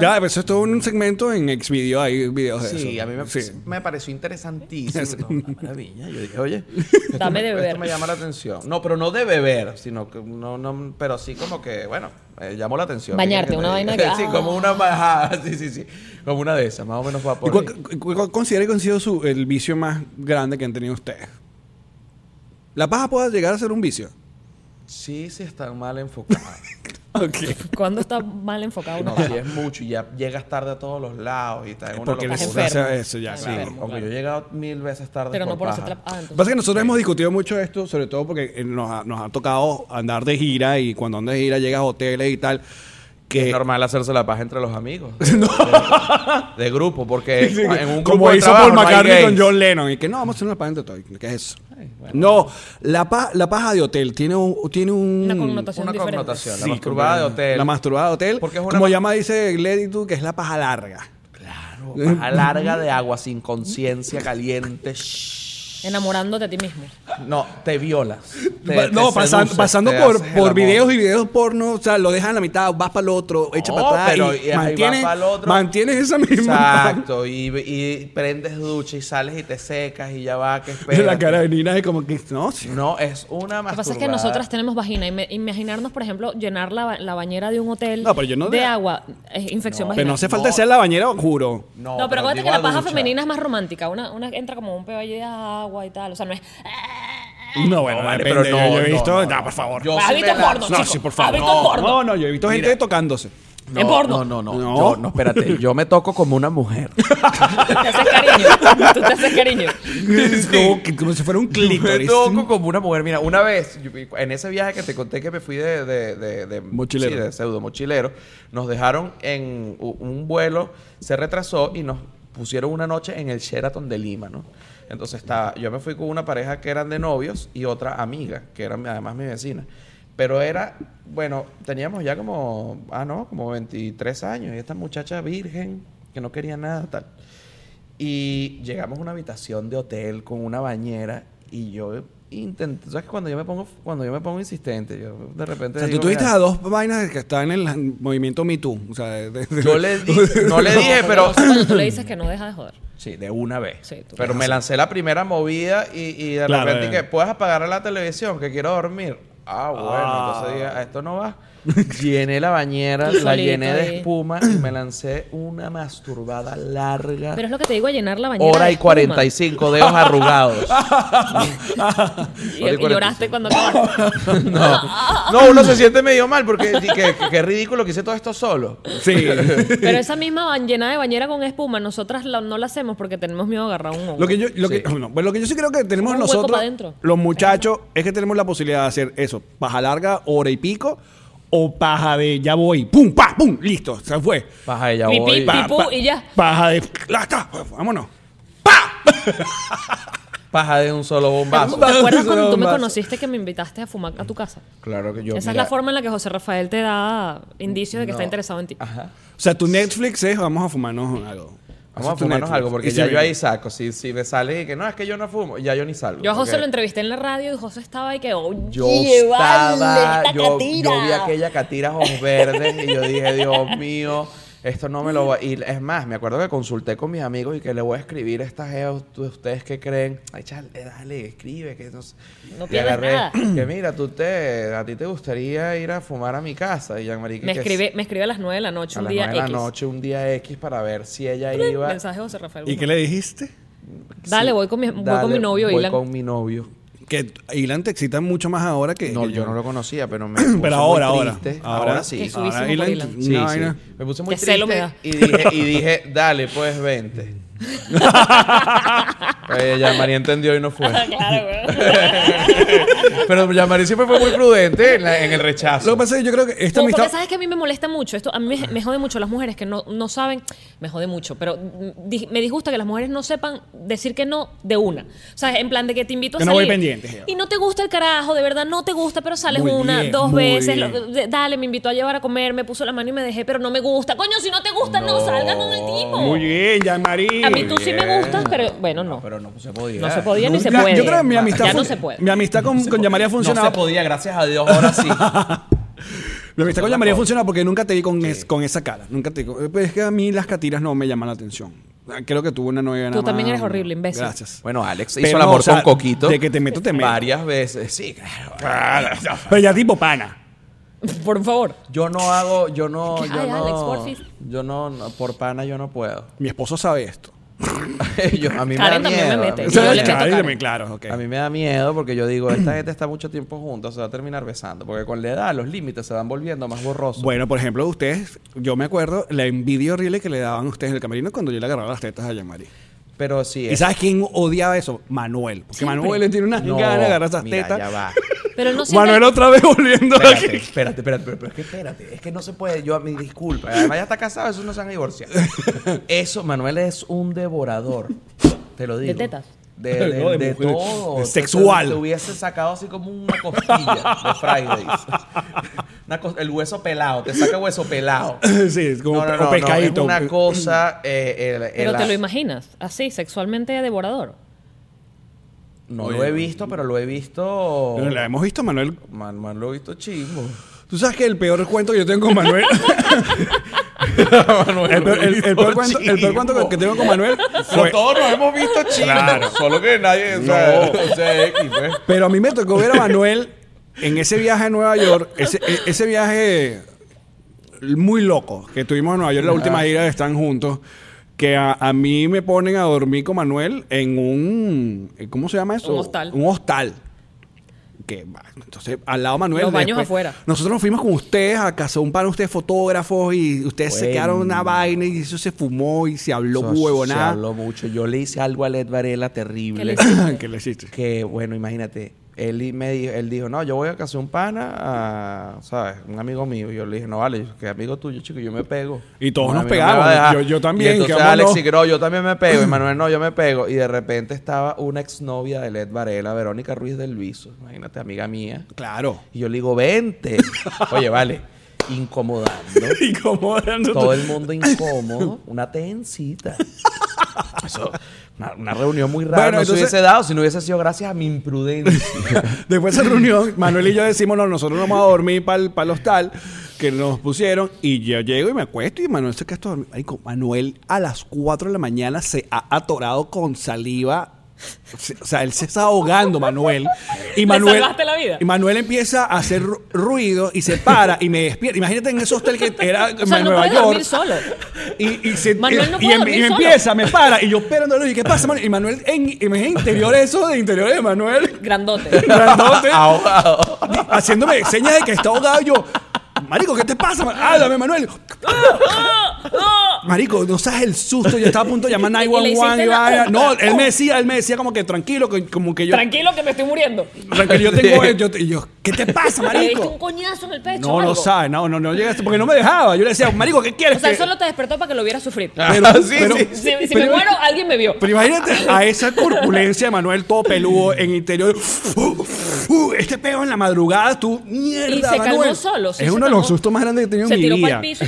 Speaker 2: Ya, pero eso es todo un segmento en Xvideo. Hay videos de eso.
Speaker 4: Sí, a mí me, pues, me pareció interesantísimo.
Speaker 2: Sí.
Speaker 4: No, una maravilla. Yo dije, oye,
Speaker 3: Dame
Speaker 4: esto me-
Speaker 3: de beber.
Speaker 4: Esto me llama la atención. No, pero no de beber, sino que no, no, pero sí como que, bueno, eh, llamó la atención.
Speaker 3: Bañarte,
Speaker 4: Fíjate te
Speaker 3: una
Speaker 4: digo.
Speaker 3: vaina que- ah.
Speaker 4: sí, como una majada. Sí, sí, sí. Como una de esas, más o menos va
Speaker 2: ¿Y
Speaker 4: por
Speaker 2: cuál,
Speaker 4: ahí.
Speaker 2: cu- cuál considera que ha sido su- el vicio más grande que han tenido ustedes? ¿La paja puede llegar a ser un vicio?
Speaker 4: Sí, sí están mal enfocadas.
Speaker 2: Ok.
Speaker 3: ¿Cuándo está mal enfocado una
Speaker 4: No, sí es mucho y ya llegas tarde a todos los lados y tal.
Speaker 2: Porque
Speaker 3: Estás
Speaker 2: les
Speaker 3: enfermo.
Speaker 2: hace eso ya,
Speaker 3: Estás
Speaker 2: claro.
Speaker 3: enfermo,
Speaker 4: Aunque yo he llegado mil veces tarde
Speaker 3: Pero no por
Speaker 4: paja.
Speaker 3: hacer tra- ah, entonces-
Speaker 2: Pasa que nosotros hemos discutido mucho esto, sobre todo porque eh, nos ha, nos ha tocado andar de gira y cuando andas de gira llegas a hoteles y tal. Que
Speaker 4: Es normal hacerse la paja entre los amigos. De, de grupo, porque
Speaker 2: Sí, que-
Speaker 4: en un grupo
Speaker 2: como
Speaker 4: de
Speaker 2: hizo
Speaker 4: trabajo
Speaker 2: Paul
Speaker 4: no hay
Speaker 2: McCartney con
Speaker 4: gays.
Speaker 2: John Lennon. Y que no, vamos a hacer una paja entre todos. ¿Qué es eso? No, la, pa- la paja de hotel tiene un. Tiene un
Speaker 3: Una connotación
Speaker 4: Una
Speaker 3: diferente.
Speaker 4: connotación. La
Speaker 2: Sí,
Speaker 4: masturbada de
Speaker 2: como-
Speaker 4: hotel.
Speaker 2: La masturbada de hotel.
Speaker 4: Porque es una
Speaker 2: como
Speaker 4: ma-
Speaker 2: llama dice Lady tú, que es la paja larga.
Speaker 4: Claro, paja larga de agua sin conciencia, caliente. shh.
Speaker 3: Enamorándote a ti mismo.
Speaker 4: No, te violas. Te-
Speaker 2: Pa-
Speaker 4: te
Speaker 2: no, pasan-
Speaker 4: seduces,
Speaker 2: pasando
Speaker 4: te
Speaker 2: por,
Speaker 4: haces el
Speaker 2: por
Speaker 4: amor.
Speaker 2: videos y videos porno, o sea, lo dejan a la mitad, vas para el otro, echa
Speaker 4: No,
Speaker 2: para atrás
Speaker 4: Oh, pero
Speaker 2: y,
Speaker 4: y ahí va
Speaker 2: mantienes,
Speaker 4: pa'l otro.
Speaker 2: mantienes esa misma
Speaker 4: Exacto, y, y prendes ducha y sales y te secas y ya va, que
Speaker 2: paja.
Speaker 4: esperas.
Speaker 2: La cara de Nina es como que, no, sí.
Speaker 4: No, es una masturbada.
Speaker 3: Lo que pasa es que nosotras tenemos vagina. Ime- Imaginarnos, por ejemplo, llenar la, ba- la bañera de un hotel
Speaker 2: No, pero yo no
Speaker 3: de
Speaker 2: de-
Speaker 3: agua. Es infección
Speaker 4: No,
Speaker 3: vaginal.
Speaker 2: Pero no hace falta
Speaker 4: No.
Speaker 2: ser la bañera, juro.
Speaker 4: No,
Speaker 3: No, pero acuérdate que
Speaker 4: digo
Speaker 3: la paja
Speaker 4: ducha.
Speaker 3: femenina es más romántica. Una, una entra como un peo allí de agua y tal. O sea, no es.
Speaker 2: No, bueno,
Speaker 4: vale,
Speaker 2: depende,
Speaker 4: pero no,
Speaker 2: yo, yo he
Speaker 4: no,
Speaker 2: visto,
Speaker 4: no,
Speaker 2: no,
Speaker 4: no.
Speaker 2: por favor.
Speaker 4: Yo sí
Speaker 3: Hábito
Speaker 4: me la-
Speaker 3: gordo,
Speaker 2: no,
Speaker 3: chico.
Speaker 2: sí, por favor.
Speaker 3: Hábito
Speaker 4: No,
Speaker 3: gordo.
Speaker 2: No, no, yo he visto gente
Speaker 4: Mira.
Speaker 2: tocándose.
Speaker 4: no,
Speaker 3: es porno.
Speaker 4: No, no,
Speaker 2: No.
Speaker 4: no. Yo, no, espérate. Yo me toco como una mujer.
Speaker 3: Tú te haces cariño. Tú te haces cariño.
Speaker 2: Como, que- como si fuera un
Speaker 4: Me
Speaker 2: clítoris.
Speaker 4: toco como una mujer. Mira, una vez, yo- en ese viaje que te conté que me fui de... de- de- de-
Speaker 2: Mochilero.
Speaker 4: sí, de pseudo mochilero, nos dejaron en u- un vuelo, se retrasó y nos pusieron una noche en el Sheraton de Lima, ¿no? Entonces estaba, yo me fui con una pareja que eran de novios y otra amiga, que era mi- además mi vecina. Pero era, bueno, teníamos ya como, ah, no, como 23 años y esta muchacha virgen que no quería nada, tal. Y llegamos a una habitación de hotel con una bañera y yo intenté, ¿sabes? que Cuando yo me pongo, cuando yo me pongo insistente, yo de repente...
Speaker 2: O sea, tú
Speaker 4: digo,
Speaker 2: tuviste
Speaker 4: "Mira,
Speaker 2: a dos vainas que están en el movimiento Me Too. O sea, de- de-
Speaker 4: Yo le dije, no le dije, pero...
Speaker 3: Cuando tú le dices que no deja de joder.
Speaker 4: Sí, de una vez.
Speaker 3: Sí, tú-
Speaker 4: pero me lancé la primera movida y, y de
Speaker 2: Claro,
Speaker 4: repente
Speaker 2: eh.
Speaker 4: que puedes apagar la televisión, que quiero dormir. Ah, bueno,
Speaker 2: Ah.
Speaker 4: entonces dije, "A esto no va. Llené la bañera,
Speaker 3: Tú
Speaker 4: la
Speaker 3: solito
Speaker 4: llené de
Speaker 3: ahí.
Speaker 4: espuma y me lancé una masturbada larga.
Speaker 3: Pero es lo que te digo, llenar la bañera.
Speaker 4: Hora
Speaker 3: de
Speaker 4: y
Speaker 3: espuma.
Speaker 4: 45 dedos arrugados.
Speaker 3: Y,
Speaker 4: Hora y
Speaker 3: y lloraste
Speaker 4: 45.
Speaker 3: cuando acabaste.
Speaker 4: No. no, uno se siente medio mal porque di- que, que- que ridículo que hice todo esto solo.
Speaker 2: Sí.
Speaker 3: Pero esa misma ba- llena de bañera con espuma, nosotras la- no la hacemos porque tenemos miedo a agarrar un hongo.
Speaker 2: Lo que yo, lo que,
Speaker 4: Sí.
Speaker 2: no, pues lo que yo sí creo que tenemos
Speaker 3: Un hueco
Speaker 2: nosotros,
Speaker 3: pa' dentro.
Speaker 2: los muchachos, es que tenemos la posibilidad de hacer eso, paja larga, hora y pico, o paja de ya voy, pum, pa, pum, listo, se fue.
Speaker 4: Baja ella
Speaker 3: Pipí,
Speaker 4: voy.
Speaker 3: pipú y ya.
Speaker 2: Paja de, la está, vámonos.
Speaker 4: Paja de un solo bombazo.
Speaker 3: ¿Te acuerdas cuando tú me
Speaker 2: Bombazo.
Speaker 3: conociste que me invitaste a fumar a tu casa?
Speaker 4: Claro que yo.
Speaker 3: Esa
Speaker 4: mira,
Speaker 3: es la forma en la que José Rafael te da indicios de que
Speaker 4: no.
Speaker 3: está interesado en ti.
Speaker 4: Ajá.
Speaker 2: O sea, tu Netflix es vamos a fumarnos algo.
Speaker 4: Vamos Vamos a
Speaker 2: Haz tu
Speaker 4: fumarnos
Speaker 2: Netflix
Speaker 4: algo, porque
Speaker 2: y
Speaker 4: ya yo
Speaker 2: streaming.
Speaker 4: ahí saco. Si, si me sale y que no, es que yo no fumo, ya yo ni salgo.
Speaker 3: Yo a José
Speaker 4: porque
Speaker 3: lo entrevisté en la radio y José estaba ahí que, oye,
Speaker 4: Yo
Speaker 3: vale,
Speaker 4: estaba,
Speaker 3: esta
Speaker 4: yo,
Speaker 3: catira.
Speaker 4: yo vi aquella catira ojos verdes y yo dije, Dios mío, esto no me lo va. Y es más, me acuerdo que consulté con mis amigos y que le voy a escribir estas geos, ustedes qué creen. Ay, chale, dale, escribe, que no sé.
Speaker 3: No
Speaker 4: Le
Speaker 3: pierdas
Speaker 4: agarré,
Speaker 3: nada.
Speaker 4: Que mira, tú te, a ti te gustaría ir a fumar a mi casa. Y Jean-Marie que-
Speaker 3: Me
Speaker 4: que
Speaker 3: escribe, me escribe a las 9 de la noche,
Speaker 4: a
Speaker 3: un
Speaker 4: las
Speaker 3: día
Speaker 4: nueve de la
Speaker 3: X.
Speaker 4: noche, un día X, para ver si ella iba.
Speaker 3: Mensaje de José Rafael.
Speaker 2: ¿Y qué le dijiste?
Speaker 3: Dale,
Speaker 4: Sí,
Speaker 3: voy con mi, voy con
Speaker 4: dale,
Speaker 3: mi novio,
Speaker 4: Voy
Speaker 3: Ilan.
Speaker 4: con mi novio.
Speaker 2: Que Ilan te excita mucho más ahora que.
Speaker 4: No,
Speaker 2: que
Speaker 4: yo no lo conocía, pero me.
Speaker 2: Pero ahora, ahora,
Speaker 4: Ahora,
Speaker 2: ahora. Ah,
Speaker 4: ahora sí.
Speaker 3: Qué subidísimo
Speaker 2: Ahora,
Speaker 3: por
Speaker 2: Ilan,
Speaker 3: Ilan.
Speaker 4: Sí,
Speaker 2: una
Speaker 4: sí.
Speaker 2: vaina.
Speaker 4: Me puse muy
Speaker 3: Qué celo me da.
Speaker 4: triste y dije, y dije, dale, pues vente. Eh, ya María entendió y no fue.
Speaker 3: Claro, weón.
Speaker 4: Pero ya María siempre fue muy prudente en, la- en el rechazo.
Speaker 2: Lo que pasa es que yo creo que esta
Speaker 3: No,
Speaker 2: amistad.
Speaker 3: Porque sabes que a mí me molesta mucho. Esto a mí me, me jode mucho las mujeres que no, no saben. Me jode mucho, pero mm, di- me disgusta que las mujeres no sepan decir que no de una. O sea, en plan de que te invito a
Speaker 2: Que no
Speaker 3: salir.
Speaker 2: voy pendiente.
Speaker 3: Y no te gusta el carajo, de verdad, no te gusta, pero sales
Speaker 2: Muy
Speaker 3: una,
Speaker 2: bien,
Speaker 3: dos
Speaker 2: muy
Speaker 3: veces. lo-
Speaker 2: bien.
Speaker 3: de- dale, me invitó a llevar a comer, me puso la mano y me dejé, pero no me gusta. Coño, si no te gusta, no,
Speaker 4: No.
Speaker 3: salgas con el tipo.
Speaker 2: Muy bien, ya
Speaker 3: A mí
Speaker 2: María.
Speaker 3: tú sí me gustas, pero bueno, no.
Speaker 4: Pero no se podía.
Speaker 3: No se podía ni se
Speaker 2: Nunca-
Speaker 3: puede.
Speaker 2: Yo creo que mi amistad,
Speaker 3: ya no
Speaker 2: fun-
Speaker 3: se puede.
Speaker 2: mi amistad con, con Yamaría funcionaba.
Speaker 4: No se podía, gracias a Dios, ahora sí.
Speaker 2: mi amistad con
Speaker 4: la
Speaker 2: Yamaría
Speaker 4: cosa.
Speaker 2: funcionaba porque nunca te vi con, es- con esa cara. Nunca te vi con- Pues es que a mí las catiras no me llaman la atención. Ah, Creo que tuve una novia. nada
Speaker 3: también
Speaker 2: más.
Speaker 3: eres horrible, imbécil.
Speaker 2: Gracias. Ah,
Speaker 4: Bueno, Alex
Speaker 2: Pero
Speaker 4: hizo el
Speaker 2: no,
Speaker 4: amor
Speaker 2: o sea,
Speaker 4: con Coquito.
Speaker 2: de que te meto, te meto.
Speaker 4: Varias veces. Sí, claro.
Speaker 2: ah, Pero ya tipo pana.
Speaker 3: Por favor.
Speaker 4: Yo no hago, yo no,
Speaker 3: Ay,
Speaker 4: yo
Speaker 3: Alex,
Speaker 4: no,
Speaker 3: porfis.
Speaker 4: yo no, no, por pana yo no puedo.
Speaker 2: Mi esposo sabe esto.
Speaker 4: Yo- a mí
Speaker 3: Karen
Speaker 4: me da
Speaker 3: también me
Speaker 4: miedo.
Speaker 3: mete.
Speaker 4: a mí
Speaker 3: Eh, Yo le
Speaker 4: me da
Speaker 3: meto
Speaker 4: miedo.
Speaker 2: Ay,
Speaker 3: cara.
Speaker 2: dime, claro, ok.
Speaker 4: A mí me da miedo porque yo digo, esta gente está mucho tiempo juntos, se va a terminar besando. Porque con la edad los límites se van volviendo más borrosos.
Speaker 2: Bueno, por ejemplo, ustedes, yo me acuerdo la envidia horrible que le daban ustedes en el camerino cuando yo le agarraba las tetas a Yamari.
Speaker 4: Pero sí
Speaker 2: ¿Y
Speaker 4: es.
Speaker 2: sabes quién odiaba eso? Manuel. Porque
Speaker 3: Siempre.
Speaker 2: Manuel le tiene una gana de agarrar esas
Speaker 4: mira, Ya
Speaker 2: tetas.
Speaker 4: va.
Speaker 3: Pero no siempre-
Speaker 2: Manuel otra vez volviendo
Speaker 4: Espérate,
Speaker 2: aquí.
Speaker 4: espérate, espérate, pero- pero es que espérate, es que no se puede, yo a mi disculpa, además ya está casado, esos no se han divorciado. Eso, Manuel es un devorador, te lo digo.
Speaker 3: tetas?
Speaker 4: De, de-
Speaker 2: No, de
Speaker 4: de
Speaker 2: mujeres.
Speaker 4: todo.
Speaker 2: Sexual.
Speaker 4: Te, te hubiese sacado así como una costilla de Fridays. Una cos- el hueso pelado, te saca hueso pelado.
Speaker 2: sí, es como
Speaker 4: No, no,
Speaker 2: o
Speaker 4: no, no,
Speaker 2: pescadito.
Speaker 4: es una cosa. eh, el- el-
Speaker 3: Pero te
Speaker 4: la-
Speaker 3: lo imaginas, así, sexualmente devorador.
Speaker 4: No
Speaker 2: Oye,
Speaker 4: lo he visto, pero lo he visto.
Speaker 2: Pero la hemos visto, Manuel.
Speaker 4: Man, man, lo he visto chingo.
Speaker 2: Tú sabes que el peor cuento que yo tengo con Manuel.
Speaker 4: Manuel,
Speaker 2: el,
Speaker 4: lo
Speaker 2: peor,
Speaker 4: he
Speaker 2: el- el
Speaker 4: visto
Speaker 2: peor cuento, el peor
Speaker 4: chimbo.
Speaker 2: cuento que- que tengo con Manuel
Speaker 4: Pero
Speaker 2: fue.
Speaker 4: todos nos hemos visto chingos.
Speaker 2: Claro.
Speaker 4: Solo que nadie. O sea, o sea, X, pues.
Speaker 2: Pero a mí me tocó ver a Manuel en ese viaje a Nueva York, ese, e- ese viaje muy loco que tuvimos en Nueva York, la última gira de Están Juntos, que a, a mí me ponen a dormir con Manuel en un... eh, ¿Cómo se llama eso?
Speaker 3: Un hostal.
Speaker 2: Un hostal. Que, bueno, entonces, al lado Manuel...
Speaker 3: Los baños afuera.
Speaker 2: Nosotros nos fuimos con ustedes a casa, un par de ustedes fotógrafos y ustedes
Speaker 4: Bueno.
Speaker 2: secaron una vaina y eso se fumó y se habló
Speaker 4: Eso Se
Speaker 2: huevonada.
Speaker 4: habló mucho. Yo le hice algo a Led Varela terrible.
Speaker 3: ¿Qué le hiciste?
Speaker 2: ¿Qué le hiciste?
Speaker 4: que bueno, imagínate, él y me dijo, él dijo, no, yo voy a casa de un pana, a, ¿sabes? Un amigo mío. Y yo le dije, no, vale, que amigo tuyo, chico, yo me pego.
Speaker 2: Y todos
Speaker 4: No,
Speaker 2: nos
Speaker 4: a mí no me
Speaker 2: pegamos.
Speaker 4: va a dejar.
Speaker 2: Yo- yo
Speaker 4: Y
Speaker 2: también,
Speaker 4: entonces
Speaker 2: que vámonos.
Speaker 4: Alex y que, no, yo también me pego. Y Manuel, no, yo me pego. Y de repente estaba una exnovia de Led Varela, Verónica Ruiz del Viso. Imagínate, amiga mía.
Speaker 2: Claro.
Speaker 4: Y yo le digo, vente. Oye, vale, incomodando.
Speaker 2: Incomodando.
Speaker 4: Todo el mundo incómodo, una tensita. Eso, una, una reunión muy rara.
Speaker 2: Bueno,
Speaker 4: no
Speaker 2: entonces-
Speaker 4: se hubiese dado si no hubiese sido gracias a mi imprudencia.
Speaker 2: Después de esa reunión, Manuel y yo decimos, no, nosotros nos vamos a dormir para el, hostal que nos pusieron. Y yo llego y me acuesto y Manuel se queda a dormir. Marico, Manuel a las 4 de la mañana se ha atorado con saliva. Se- O sea, él se está ahogando, Manuel. Y
Speaker 3: Le
Speaker 2: Manuel,
Speaker 3: salvaste la vida.
Speaker 2: Y Manuel empieza a hacer ru- ruido y se para y me despierta. Imagínate en ese hostel que era
Speaker 3: O sea,
Speaker 2: en
Speaker 3: no
Speaker 2: Nueva
Speaker 3: puedes
Speaker 2: York.
Speaker 3: dormir solo.
Speaker 2: Y, y, se,
Speaker 3: Manuel no
Speaker 2: y-
Speaker 3: puede
Speaker 2: y em-
Speaker 3: dormir
Speaker 2: y
Speaker 3: solo.
Speaker 2: empieza, me para. Y yo, pero no, ¿qué pasa, Manuel? Y Manuel, en, en interior eso, de interior de Manuel.
Speaker 3: Grandote.
Speaker 2: Grandote,
Speaker 4: Ahogado.
Speaker 2: haciéndome señas de que está ahogado yo. Marico, ¿qué te pasa? man? Háblame, Manuel. Marico, no sabes el susto. Yo estaba a punto de llamar
Speaker 3: Y- y le
Speaker 2: 911 y
Speaker 3: hiciste la-
Speaker 2: vaina. No, él me decía, él me decía como que tranquilo, que- como que yo.
Speaker 3: Tranquilo que me estoy muriendo.
Speaker 2: Tranquilo, yo tengo. Yo, te- y yo, ¿Qué te pasa,
Speaker 3: Le diste un
Speaker 2: marico?
Speaker 3: coñazo en el pecho.
Speaker 2: No lo
Speaker 3: algo.
Speaker 2: sabe, no, no, no llegaste porque no me dejaba. Yo le decía, marico, ¿qué quieres?
Speaker 3: O sea,
Speaker 2: que-
Speaker 3: solo te despertó para que lo vieras sufrir.
Speaker 2: Pero,
Speaker 4: Sí,
Speaker 2: pero-
Speaker 4: sí,
Speaker 3: Si, si me
Speaker 2: pero-
Speaker 3: muero, alguien me vio.
Speaker 2: Pero imagínate a esa corpulencia de Manuel todo peludo en interior. Uh, este peo en la madrugada, tú, mierda,
Speaker 3: Y se calmó
Speaker 2: Manuel.
Speaker 3: solo, sí,
Speaker 2: es
Speaker 3: se
Speaker 2: uno de los
Speaker 3: calmó.
Speaker 2: sustos más grandes que he tenido
Speaker 3: Se
Speaker 2: en mi
Speaker 3: tiró
Speaker 2: vida.
Speaker 3: pa'l piso.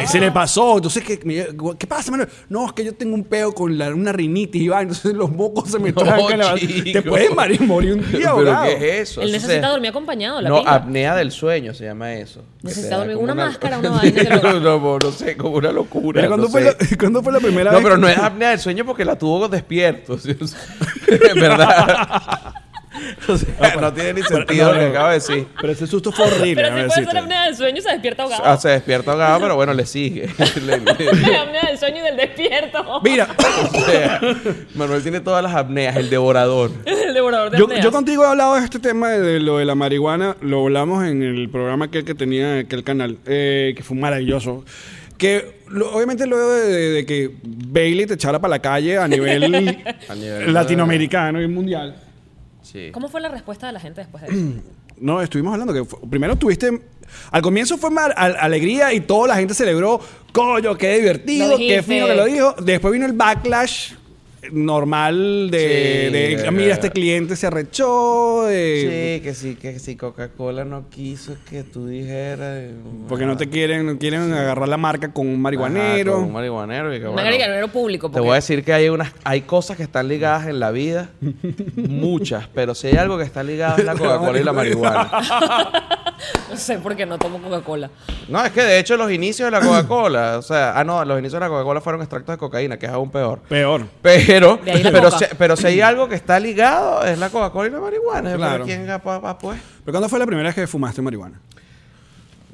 Speaker 2: Ese le pasó. Entonces, ¿qué, me- ¿qué pasa, Manuel? No, es que yo tengo un peo con la- una rinitis y va, entonces los mocos se me
Speaker 4: No,
Speaker 2: trancan. la- Te
Speaker 4: chico.
Speaker 2: puedes mari- morir un día,
Speaker 4: ¿Pero
Speaker 2: ahogado.
Speaker 4: qué es eso?
Speaker 3: Él
Speaker 4: Eso
Speaker 3: necesita
Speaker 4: se-
Speaker 3: dormir acompañado, la
Speaker 4: No,
Speaker 2: ah,
Speaker 3: pinga.
Speaker 4: apnea del sueño se llama eso. Que
Speaker 3: Necesita
Speaker 4: te da
Speaker 3: dormir
Speaker 4: como
Speaker 3: una máscara, una vaina que lo-
Speaker 4: no, no, no sé, como una locura.
Speaker 2: Pero ¿cuándo,
Speaker 4: no
Speaker 2: fue
Speaker 4: sé.
Speaker 2: la, ¿cuándo fue la primera
Speaker 4: No,
Speaker 2: vez?
Speaker 4: pero
Speaker 2: que-
Speaker 4: no es apnea del sueño porque la tuvo despierto. ¿sí? O sea, ¿Verdad? O
Speaker 2: Ah,
Speaker 4: sea, no tiene ni sentido lo que acaba de decir.
Speaker 2: Pero ese susto fue horrible.
Speaker 3: Pero si
Speaker 2: déjame
Speaker 3: puede ser
Speaker 2: decirte.
Speaker 3: apnea del sueño, se despierta ahogado.
Speaker 4: Ah, se despierta ahogado, pero bueno, le sigue. Le- le-
Speaker 3: La apnea del sueño y del despierto.
Speaker 2: Mira,
Speaker 4: o sea, Manuel tiene todas las apneas, el devorador.
Speaker 3: El devorador de
Speaker 2: Yo,
Speaker 3: apneas.
Speaker 2: yo contigo he hablado de este tema de, de lo de la marihuana, lo hablamos en el programa aquel que tenía aquel canal, eh, que fue maravilloso. Que lo- obviamente luego de, de- de que Bailey te echara para la calle a nivel,
Speaker 4: A nivel-
Speaker 2: latinoamericano y mundial.
Speaker 4: Sí.
Speaker 3: ¿Cómo fue la respuesta de la gente después de eso?
Speaker 2: No, estuvimos hablando que fu- primero tuviste. Al comienzo fue mar- al- alegría y toda la gente celebró. Coño, qué divertido,
Speaker 3: Lo
Speaker 2: qué
Speaker 3: dijiste.
Speaker 2: fino que lo dijo. Después vino el backlash normal de.
Speaker 4: Sí,
Speaker 2: de,
Speaker 4: de-
Speaker 2: mira, este cliente se arrechó. eh,
Speaker 4: Sí, que sí, que si Coca-Cola no quiso que tú dijeras. eh,
Speaker 2: Porque no te
Speaker 4: ajá,
Speaker 2: quieren, no quieren agarrar la marca con un marihuanero.
Speaker 4: con un marihuanero. y que, bueno,
Speaker 3: Magari Guerrero público.
Speaker 4: Te
Speaker 3: porque-
Speaker 4: voy a decir que hay unas, hay cosas que están ligadas en la vida, muchas, pero si hay algo que está ligado es la Coca-Cola y la marihuana.
Speaker 3: No sé por qué no tomo Coca-Cola.
Speaker 4: No, es que de hecho los inicios de la Coca-Cola, o sea, ah no, los inicios de la Coca-Cola fueron extractos de cocaína, que es aún peor.
Speaker 2: Peor.
Speaker 4: Pero,
Speaker 3: De ahí la
Speaker 4: pero,
Speaker 3: coca.
Speaker 4: si, pero si hay algo que está ligado es la Coca-Cola y la marihuana. Pero
Speaker 2: Claro.
Speaker 4: ¿Quién capaz, va, pues?
Speaker 2: ¿Pero cuándo fue la primera vez que fumaste marihuana?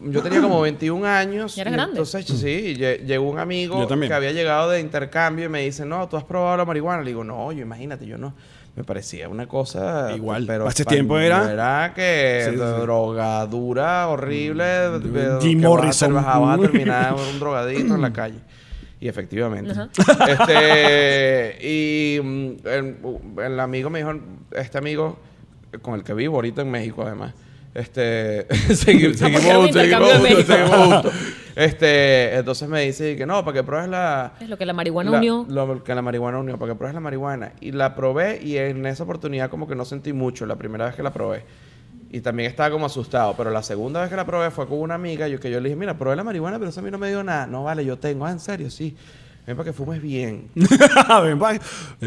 Speaker 4: Yo tenía como 21 años.
Speaker 3: Ya eras
Speaker 4: y
Speaker 3: grande.
Speaker 4: Entonces, sí, lle- llegó un amigo
Speaker 2: Yo también.
Speaker 4: que había llegado de intercambio y me dice, no, ¿tú has probado la marihuana? Le digo, no, yo imagínate, yo no. Me parecía una cosa...
Speaker 2: Igual.
Speaker 4: Pero
Speaker 2: Para ese
Speaker 4: pan-
Speaker 2: tiempo era-
Speaker 4: no Era que
Speaker 2: Sí, sí, sí.
Speaker 4: drogadura horrible. de-
Speaker 2: Jim
Speaker 4: que vas a
Speaker 2: Morrison.
Speaker 4: ter- Vas a, vas a terminar un drogadito en la calle. Y efectivamente. Este... Y mm, el, el amigo me dijo, este amigo con el que vivo ahorita en México, además. Este... segui-
Speaker 3: Ah, porque
Speaker 4: seguimos
Speaker 3: era un
Speaker 4: juntos,
Speaker 3: intercambio
Speaker 4: seguimos
Speaker 3: en
Speaker 4: juntos,
Speaker 3: México.
Speaker 4: seguimos juntos. Este, entonces me dice que no, para que pruebes la.
Speaker 3: Es lo que la marihuana
Speaker 4: la-
Speaker 3: unió.
Speaker 4: Lo que la marihuana unió, para que pruebes la marihuana. Y la probé y en esa oportunidad como que no sentí mucho la primera vez que la probé. Y también estaba como asustado, pero la segunda vez que la probé fue con una amiga yo, que yo le dije, mira, probé la marihuana, pero eso a mí no me dio nada. No, vale, yo tengo. Ah, en serio, sí. Ven para que fumes bien.
Speaker 2: Ven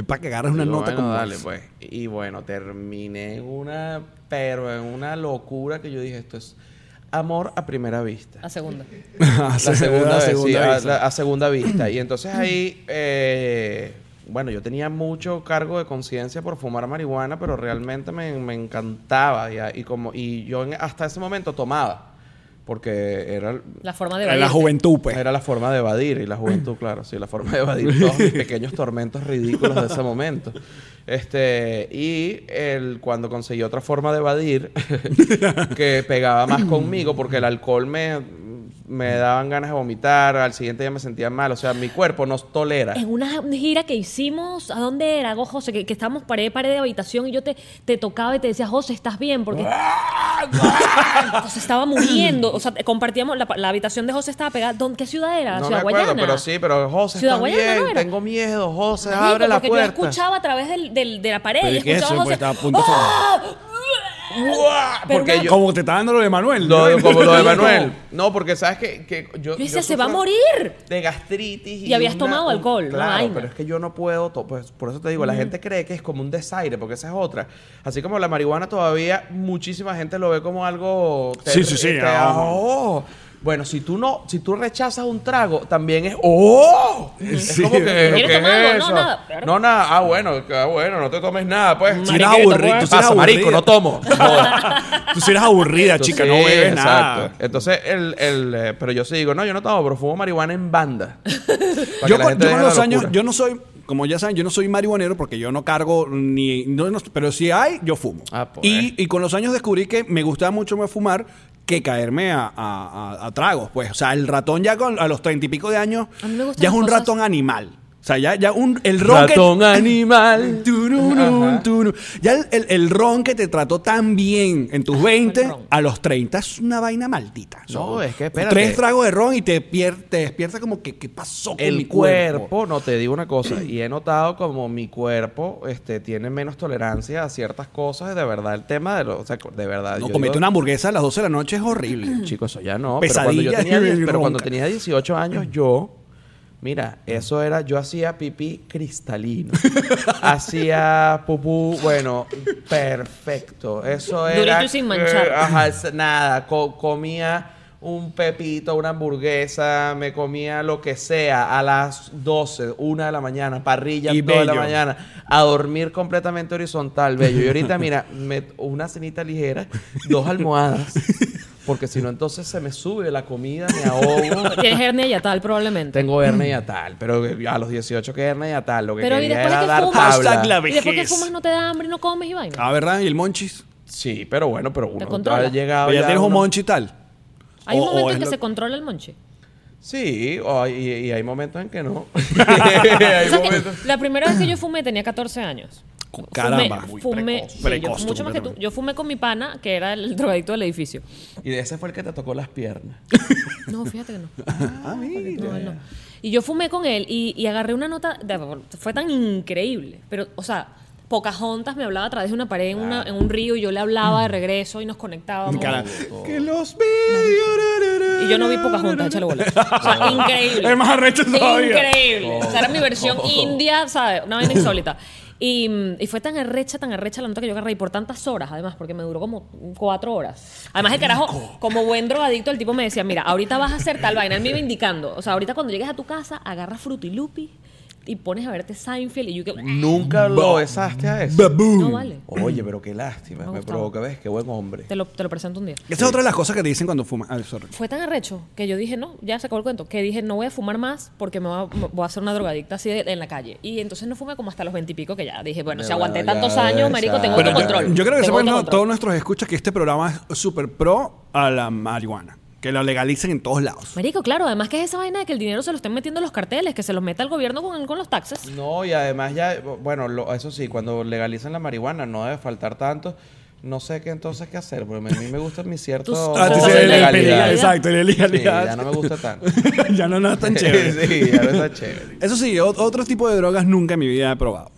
Speaker 2: para que agarres una
Speaker 4: Digo,
Speaker 2: nota
Speaker 4: bueno,
Speaker 2: como...
Speaker 4: dale, pues. Y bueno, terminé en una, pero en una locura que yo dije, esto es amor a primera vista.
Speaker 3: A segunda.
Speaker 2: la
Speaker 4: La segunda,
Speaker 2: Ah, la
Speaker 4: vez,
Speaker 2: segunda
Speaker 4: sí, a-
Speaker 2: vez.
Speaker 4: la- a, segunda vista. Y entonces ahí, eh, bueno, yo tenía mucho cargo de conciencia por fumar marihuana, pero realmente me, me encantaba. Y, a- y como, y yo en- hasta ese momento tomaba, porque era,
Speaker 3: La forma de
Speaker 2: Era la
Speaker 3: evadirte.
Speaker 2: juventud, pues.
Speaker 4: era la forma de evadir, y la juventud, claro, sí, la forma de evadir todos mis pequeños tormentos ridículos de ese momento. Este, y el, cuando conseguí otra forma de evadir, que pegaba más conmigo, porque el alcohol me, me daban ganas de vomitar, al siguiente día me sentía mal, o sea, mi cuerpo no tolera.
Speaker 3: En una gira que hicimos, ¿a dónde era, Go, José? Que, que estábamos pared, pared de habitación y yo te, te tocaba y te decía, José, ¿estás bien? Porque José estaba muriendo. O sea, compartíamos, la, la habitación de José estaba pegada. ¿Dónde- ¿Qué ciudad era?
Speaker 4: No me
Speaker 3: ciudad
Speaker 4: acuerdo,
Speaker 3: Guayana.
Speaker 4: pero sí, pero José,
Speaker 3: Ciudad
Speaker 4: está
Speaker 3: Guayana,
Speaker 4: bien,
Speaker 3: ¿no era?
Speaker 4: tengo miedo, José,
Speaker 3: Marico,
Speaker 4: abre la
Speaker 3: porque
Speaker 4: puerta.
Speaker 3: Yo escuchaba a través del, del- de la pared.
Speaker 2: Pero
Speaker 3: y
Speaker 2: ¿y qué es eso?
Speaker 3: escuchaba
Speaker 2: Pues,
Speaker 3: a
Speaker 2: estaba a
Speaker 3: José,
Speaker 2: punto de
Speaker 3: ¡Ah!
Speaker 4: ¡Guau!
Speaker 3: Pero
Speaker 4: Porque
Speaker 3: una-
Speaker 4: yo,
Speaker 2: Como te está dando lo de Manuel.
Speaker 4: Lo de-
Speaker 2: ¿no?
Speaker 4: como lo de Manuel. No, porque sabes que, que
Speaker 3: Yo
Speaker 4: yo.
Speaker 3: decía,
Speaker 4: yo
Speaker 3: se va a
Speaker 4: sufro
Speaker 3: morir.
Speaker 4: De gastritis.
Speaker 3: Y habías tomado alcohol, una
Speaker 4: Claro,
Speaker 3: vaina.
Speaker 4: pero es que yo no puedo. to- Pues, por eso te digo, la gente cree que es como un desaire, porque esa es otra. Así como la marihuana todavía, muchísima gente lo ve como algo. ter-
Speaker 2: Sí, sí, sí,
Speaker 4: este,
Speaker 2: ah.
Speaker 4: "Oh". Bueno, si tú no, si tú rechazas un trago, también es ¡oh! Es
Speaker 2: Sí.
Speaker 4: como que
Speaker 2: ¿Quieres
Speaker 4: ¿qué es
Speaker 3: tomar algo? No,
Speaker 4: eso?
Speaker 3: nada. Claro.
Speaker 4: No, nada. Ah, bueno, que- ah, bueno, no te tomes nada, pues.
Speaker 2: Si eres aburrido, tú si eres
Speaker 4: Pasa, marico,
Speaker 2: aburrida.
Speaker 4: no tomo. Joder.
Speaker 2: Tú si eres aburrida, chica, no
Speaker 4: Entonces,
Speaker 2: bebes
Speaker 4: exacto.
Speaker 2: nada.
Speaker 4: Entonces, el, el, eh, pero yo sí digo, no, yo no tomo, pero fumo marihuana en banda. Para que
Speaker 2: Yo
Speaker 4: la
Speaker 2: con,
Speaker 4: gente
Speaker 2: yo con
Speaker 4: deje la
Speaker 2: los años,
Speaker 4: locura.
Speaker 2: yo no soy, como ya saben, yo no soy marihuanero porque yo no cargo ni. no- no- pero si hay, yo fumo.
Speaker 4: Ah, pues.
Speaker 2: y, y con los años descubrí que me gustaba mucho más fumar que caerme a, a- a- a tragos. Pues, o sea, el ratón ya con- a los treinta y pico de años
Speaker 3: A mí me gustan
Speaker 2: ya es
Speaker 3: las
Speaker 2: un
Speaker 3: cosas-
Speaker 2: ratón animal. O sea, ya, ya un, el ron
Speaker 4: Ratón
Speaker 2: que...
Speaker 4: animal.
Speaker 2: Tururún, turú. Ya el, el- el ron que te trató tan bien en
Speaker 4: Ah,
Speaker 2: tus 20,
Speaker 3: ron.
Speaker 2: a los 30 es una vaina maldita.
Speaker 4: No,
Speaker 2: O sea,
Speaker 4: es que espérate.
Speaker 2: Tres tragos de ron y te, pier- te despierta como que, ¿qué pasó con mi
Speaker 4: El
Speaker 2: cuerpo?
Speaker 4: cuerpo, no te digo una cosa, y he notado como mi cuerpo este, tiene menos tolerancia a ciertas cosas, de verdad, el tema de lo, o sea, de verdad.
Speaker 2: No,
Speaker 4: yo
Speaker 2: comete
Speaker 4: digo,
Speaker 2: una hamburguesa a las 12 de la noche es horrible.
Speaker 4: Chicos, eso ya no. Pero cuando, yo
Speaker 2: Pesadilla
Speaker 4: tenía,
Speaker 2: y
Speaker 4: diez- pero cuando
Speaker 2: ronca.
Speaker 4: tenía 18 años, yo. Mira, eso era. Yo hacía pipí cristalino. hacía pupú, bueno, perfecto. Eso
Speaker 3: Durito
Speaker 4: era.
Speaker 3: y sin manchar.
Speaker 4: eh, ajá, es- nada. co- comía un pepito, una hamburguesa, me comía lo que sea a las 12, una de la mañana, parrilla
Speaker 2: Y
Speaker 4: toda la
Speaker 2: bello.
Speaker 4: mañana, a dormir completamente horizontal, bello. Y ahorita, mira, me- una cenita ligera, dos almohadas, porque si no, entonces se me sube la comida, me ahogo.
Speaker 3: Tienes hernia y tal, probablemente.
Speaker 4: Tengo hernia y a tal, pero a los 18 que hernia y a tal, lo que
Speaker 3: Pero, ¿y
Speaker 4: quería
Speaker 3: después
Speaker 4: era
Speaker 3: que
Speaker 4: dar
Speaker 3: fumas?
Speaker 2: Hashtag la
Speaker 4: tabla.
Speaker 3: Y después que
Speaker 2: vejez.
Speaker 3: fumas no te da hambre y no comes y vaina.
Speaker 2: Ah, ¿verdad? ¿Y el monchis?
Speaker 4: Sí, pero bueno, pero uno
Speaker 3: controla.
Speaker 4: ha llegado
Speaker 2: Pero ya tienes un
Speaker 4: Ah, uno-
Speaker 2: monchi y tal.
Speaker 3: Hay un
Speaker 2: o- o
Speaker 3: momento
Speaker 2: es
Speaker 3: en que
Speaker 2: lo-
Speaker 3: se controla el monche.
Speaker 4: Sí, o- y, y hay momentos en que no. Hay
Speaker 3: O sea que
Speaker 4: momentos-
Speaker 3: la primera vez que yo fumé tenía 14 años. Fumé-
Speaker 2: Caramba. Muy
Speaker 3: fumé,
Speaker 2: precoz.
Speaker 3: sí, yo-
Speaker 2: Precoz tú
Speaker 3: mucho más que tú.
Speaker 2: completamente.
Speaker 3: Yo fumé con mi pana, que era el drogadicto del edificio.
Speaker 4: Y de ese fue el que te tocó las piernas.
Speaker 3: No, fíjate que no. Ah, No, él no. Y yo fumé con él y, y agarré una nota. de- fue tan increíble. Pero, o sea, Pocahontas me hablaba a través de una pared en, una- en un río y yo le hablaba de regreso y nos conectábamos.
Speaker 2: Que los vi.
Speaker 3: Y yo no vi Pocahontas, échale bola. O sea, increíble.
Speaker 2: Es más arrecho todavía. Oh.
Speaker 3: Increíble. O sea, era mi versión
Speaker 4: Todo.
Speaker 3: india, ¿sabes? Una vaina insólita. Y, mm, y fue tan arrecha, tan arrecha la nota que yo agarré y por tantas horas, además, porque me duró como cuatro horas. Además, el carajo, como buen drogadicto, el tipo me decía, mira, ahorita vas a hacer tal vaina. Él me iba indicando. O sea, ahorita cuando llegues a tu casa, agarra Frutilupi y pones a verte Seinfeld y yo que...
Speaker 4: Nunca lo besaste a eso.
Speaker 2: Baboom.
Speaker 3: No vale.
Speaker 4: Oye, pero qué lástima.
Speaker 3: Me
Speaker 4: Me
Speaker 3: gustaba.
Speaker 4: provoca, ves, qué buen hombre.
Speaker 3: Te lo, te lo presento un día.
Speaker 2: Esa es otra de las cosas que te dicen cuando fumas. Ah, sorry.
Speaker 3: fue tan arrecho que yo dije, no, ya se acabó el cuento, que dije, no voy a fumar más porque me voy a, voy a hacer una drogadicta así de- en la calle. Y entonces no fumé como hasta los veintipico que ya dije, bueno,
Speaker 4: De
Speaker 3: si aguanté
Speaker 4: verdad,
Speaker 3: tantos
Speaker 4: ya,
Speaker 3: años, marico, tengo
Speaker 4: exacto.
Speaker 3: otro
Speaker 2: Bueno, yo-
Speaker 3: control.
Speaker 2: Yo, creo que
Speaker 3: Tengo
Speaker 2: sepan
Speaker 3: otro
Speaker 2: no-
Speaker 3: control.
Speaker 2: todos nuestros escuchas que este programa es súper pro a la marihuana. Que la legalicen en todos lados.
Speaker 3: Marico, claro, además que es esa vaina de que el dinero se lo estén metiendo los carteles, que se los meta el gobierno con, con los taxes.
Speaker 4: No, y además ya, bueno, lo- eso sí, cuando legalicen la marihuana no debe faltar tanto. No sé qué entonces qué hacer, porque a mí me gusta mi cierto...
Speaker 3: Tus-
Speaker 2: Ah,
Speaker 3: tus
Speaker 2: sí,
Speaker 3: cosas
Speaker 2: sí,
Speaker 3: de
Speaker 2: el- el-
Speaker 3: legalidad.
Speaker 2: Exacto, la
Speaker 4: Sí,
Speaker 2: legalidad.
Speaker 4: ya no me gusta tanto.
Speaker 2: ya no, no es tan chévere.
Speaker 4: sí, ya no está chévere.
Speaker 2: Eso sí, o- otro tipo de drogas nunca en mi vida he probado.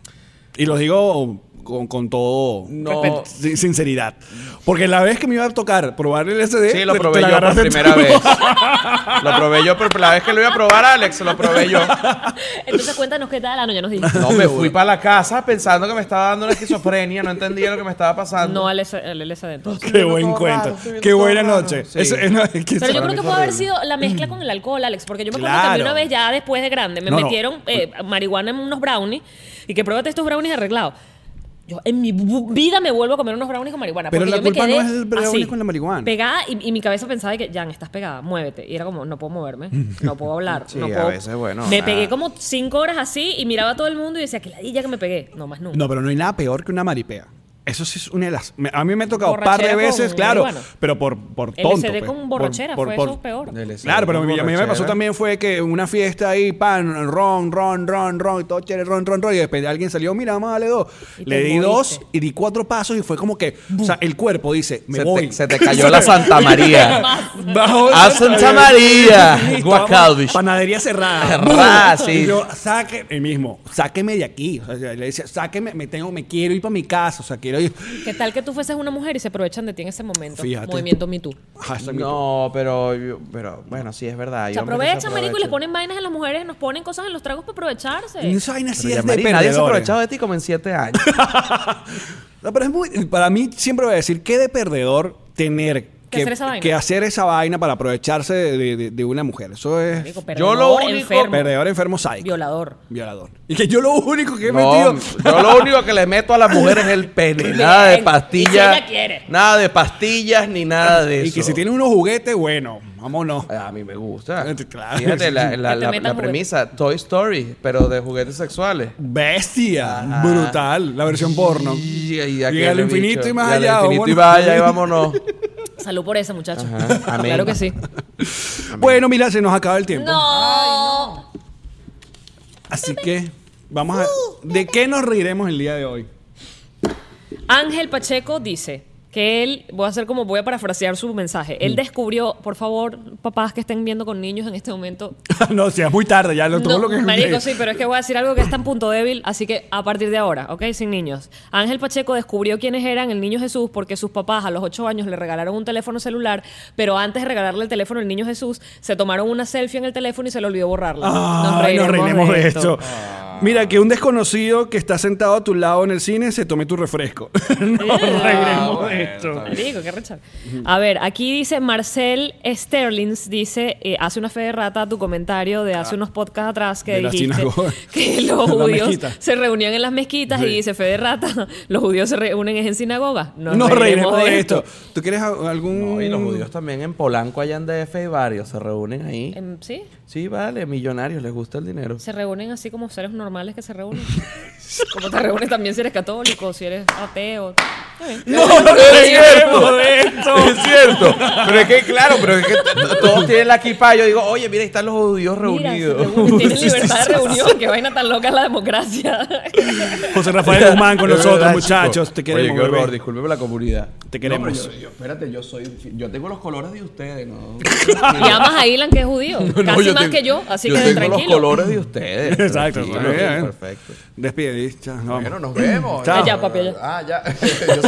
Speaker 2: Y los digo con, con todo
Speaker 4: No.
Speaker 2: respeto, sin- sinceridad. Porque la vez que me iba a tocar probar el SD,
Speaker 4: Sí, lo
Speaker 2: te- te
Speaker 4: probé
Speaker 2: la
Speaker 4: yo por
Speaker 2: agarraste tú.
Speaker 4: primera vez. Lo probé yo, pero la vez que lo iba a probar, Alex, lo probé yo.
Speaker 3: Entonces cuéntanos qué tal, ah, no, ya nos dijiste.
Speaker 4: No, me fui para la casa pensando que me estaba dando una esquizofrenia, no entendía lo que me estaba pasando.
Speaker 3: No al LS- al LSD entonces.
Speaker 2: Qué buen
Speaker 4: todo raro,
Speaker 2: cuento.
Speaker 4: estoy viendo
Speaker 2: Qué
Speaker 4: todo
Speaker 2: buena
Speaker 4: raro.
Speaker 2: noche.
Speaker 4: Sí.
Speaker 2: Eso- eh, no, es que-
Speaker 3: Pero yo
Speaker 4: Para
Speaker 3: creo
Speaker 4: mí
Speaker 3: que
Speaker 4: fue
Speaker 3: puede haber
Speaker 4: horrible.
Speaker 3: sido la mezcla con el alcohol, Alex, porque yo me acuerdo que a mí
Speaker 2: Mm. Claro.
Speaker 3: una vez ya después de grande me
Speaker 2: No, Pues no.
Speaker 3: metieron eh, marihuana en unos brownies y que pruébate estos brownies arreglados. Yo en mi bu- vida me vuelvo a comer unos brownies con marihuana.
Speaker 2: Pero
Speaker 3: porque
Speaker 2: la
Speaker 3: yo me
Speaker 2: culpa
Speaker 3: quedé
Speaker 2: no es el brownie
Speaker 3: así,
Speaker 2: con la marihuana.
Speaker 3: Pegada y, y mi cabeza pensaba de que, Jan, estás pegada, muévete. Y era como, no puedo moverme, no puedo hablar,
Speaker 4: Sí,
Speaker 3: no
Speaker 4: a
Speaker 3: puedo.
Speaker 4: veces, bueno,
Speaker 3: me
Speaker 4: nada.
Speaker 3: pegué como cinco horas así y miraba a todo el mundo y decía, que ladilla que me pegué. No más nunca.
Speaker 2: No, pero no hay nada peor que una maripea. Eso sí es una de las. me- A mí me ha tocado un par de
Speaker 3: Borrachera
Speaker 2: veces,
Speaker 3: con
Speaker 2: claro,
Speaker 3: marihuana.
Speaker 2: pero por, por
Speaker 3: LSD
Speaker 2: tonto. pues.
Speaker 3: con
Speaker 2: Por-
Speaker 3: borrachera,
Speaker 2: por-
Speaker 3: fue
Speaker 2: por-
Speaker 3: eso peor.
Speaker 4: Del
Speaker 2: Claro, pero a mí, a mí me pasó
Speaker 4: borrachera.
Speaker 2: también fue que en una fiesta ahí, pan, ron, ron, ron, ron, y todo chévere, ron, ron, ron, y después alguien salió, mira, vamos a darle dos.
Speaker 3: Y
Speaker 2: Le
Speaker 3: te
Speaker 2: di
Speaker 3: moriste.
Speaker 2: dos y di cuatro pasos y fue como que, o sea, el cuerpo dice, me
Speaker 4: se,
Speaker 2: voy.
Speaker 4: te, se te cayó la Santa María.
Speaker 2: Bajo
Speaker 4: ¡A
Speaker 2: el-
Speaker 4: Santa María!
Speaker 2: Listo,
Speaker 4: Guacalvis.
Speaker 2: vamos, Panadería cerrada.
Speaker 4: Cerrada,
Speaker 2: Boom.
Speaker 4: sí.
Speaker 2: Y yo, saque, el mismo, sáqueme de aquí. O sea, yo le decía, sáqueme, me tengo, me quiero ir para mi casa. O sea, quiero ir.
Speaker 3: ¿Qué tal que tú fueses una mujer y se aprovechan de ti en ese momento?
Speaker 2: Fíjate.
Speaker 3: Movimiento Me Too.
Speaker 2: Hashtag me too.
Speaker 4: No, pero, yo- pero bueno, sí es verdad. hay
Speaker 3: Se
Speaker 4: hombres que
Speaker 3: aprovechan, marico, y les
Speaker 4: aprovechan.
Speaker 3: ponen vainas a las mujeres, nos ponen cosas en los tragos para aprovecharse.
Speaker 2: Y Esa vaina sí
Speaker 4: Pero ya,
Speaker 2: es de
Speaker 4: María, nadie se ha
Speaker 2: perdedores.
Speaker 4: aprovechado de ti como en siete años.
Speaker 2: No, pero es muy, para mí siempre voy a decir que de perdedor tener que,
Speaker 3: hacer esa vaina.
Speaker 2: que hacer esa vaina para aprovecharse de, de- de- de una mujer. Eso es
Speaker 3: Marico,
Speaker 4: Yo lo
Speaker 3: perdedor,
Speaker 4: único-
Speaker 3: enfermo,
Speaker 2: perdedor enfermo sádico.
Speaker 3: violador.
Speaker 2: Violador. Y que yo lo único que he
Speaker 4: No,
Speaker 2: metido.
Speaker 4: yo lo único que le meto a las mujeres es el pene. Nada de
Speaker 3: Bien, y si
Speaker 4: pastillas.
Speaker 3: ella quiere.
Speaker 4: Nada de pastillas ni nada de eso. Eh.
Speaker 2: Y que si tiene unos juguetes, bueno, vámonos.
Speaker 4: A mí me gusta.
Speaker 2: Claro.
Speaker 4: Fíjate la, la-
Speaker 3: Que te
Speaker 4: la-
Speaker 3: metan
Speaker 4: la
Speaker 3: juguetes.
Speaker 4: premisa: Toy Story, pero de juguetes sexuales.
Speaker 2: Bestia.
Speaker 4: Ajá.
Speaker 2: Brutal. La versión porno.
Speaker 4: Y, y
Speaker 2: Llega
Speaker 4: aquel
Speaker 2: al infinito
Speaker 4: bicho,
Speaker 2: y más
Speaker 4: y al
Speaker 2: allá.
Speaker 4: infinito y
Speaker 2: vámonos.
Speaker 4: más allá y vámonos.
Speaker 3: Salud por eso, muchachos.
Speaker 4: Ajá, amén.
Speaker 3: Claro que sí.
Speaker 2: Bueno, mira, se nos acaba el tiempo.
Speaker 3: No.
Speaker 2: Así que vamos a... ¿De qué nos reiremos el día de hoy?
Speaker 3: Ángel Pacheco dice que él, voy a hacer como voy a parafrasear su mensaje,
Speaker 4: Mm.
Speaker 3: él descubrió, por favor, papás que estén viendo con niños en este momento.
Speaker 2: no, si es muy tarde, ya lo, todo
Speaker 3: No,
Speaker 2: lo que...
Speaker 3: marico, sí, pero es que voy a decir algo que es tan punto débil, así que a partir de ahora, ¿ok? Sin niños. Ángel Pacheco descubrió quiénes eran el niño Jesús porque sus papás a los 8 años le regalaron un teléfono celular, pero antes de regalarle el teléfono al niño Jesús, se tomaron una selfie en el teléfono y se le olvidó borrarla.
Speaker 2: Ay, nos reiremos de esto. Mira, que un desconocido que está sentado a tu lado en el cine se tome tu refresco. nos reiremos
Speaker 4: bueno,
Speaker 2: de esto.
Speaker 4: está bien.
Speaker 3: Marico, qué rechazo. A ver, aquí dice Marcel Sterlings, dice, eh, hace una fe de rata a tu comentario de hace unos podcasts atrás que
Speaker 2: Ah. De la
Speaker 3: dijiste
Speaker 2: sinagoga.
Speaker 3: que los
Speaker 2: La
Speaker 3: judíos
Speaker 2: mezquita.
Speaker 3: se reunían en las mezquitas y
Speaker 2: Sí.
Speaker 3: dice, fe de rata, los judíos se reúnen es en sinagoga.
Speaker 2: Nos, reiremos de esto. ¿Tú quieres a- algún...?
Speaker 4: No, y los judíos también en Polanco, allá en DF, y varios se reúnen ahí.
Speaker 3: Em, Sí,
Speaker 4: Sí, vale, millonarios, les gusta el dinero.
Speaker 3: se reúnen así como seres normales que se reúnen. como te reúnes también si eres católico, si eres ateo. Está bien.
Speaker 4: ¡No reiremos de esto! Es cierto. Pero es que, claro, pero es que t- t- todos tienen la equipa. Yo digo, oye, mira, ahí están los judíos
Speaker 3: Mira, se
Speaker 4: reunidos.
Speaker 3: reúnen, tienen libertad de reunión, qué vaina tan loca es la democracia.
Speaker 2: José Rafael Guzmán con
Speaker 4: Es
Speaker 2: nosotros,
Speaker 4: verdad,
Speaker 2: muchachos.
Speaker 4: chico.
Speaker 2: Te queremos,
Speaker 4: Oye, qué horror,
Speaker 2: bebé.
Speaker 4: discúlpeme la comunidad.
Speaker 2: Te queremos.
Speaker 4: No, pero yo- yo- espérate, yo soy... Yo tengo los colores de ustedes, ¿no?
Speaker 3: Y amas a Ilan, que es judío.
Speaker 4: No, no,
Speaker 3: Casi
Speaker 4: yo
Speaker 3: más
Speaker 4: tengo-
Speaker 3: que yo, así
Speaker 4: yo
Speaker 3: que
Speaker 4: tengo los
Speaker 3: tranquilo.
Speaker 4: colores de ustedes.
Speaker 2: Exacto,
Speaker 4: Tranquilo,
Speaker 2: muy bien.
Speaker 4: Perfecto.
Speaker 2: Despide. ya, nos vamos.
Speaker 4: Bueno, nos vemos.
Speaker 2: Chao.
Speaker 3: Allá, papi, allá.
Speaker 4: Ah, ya. Yo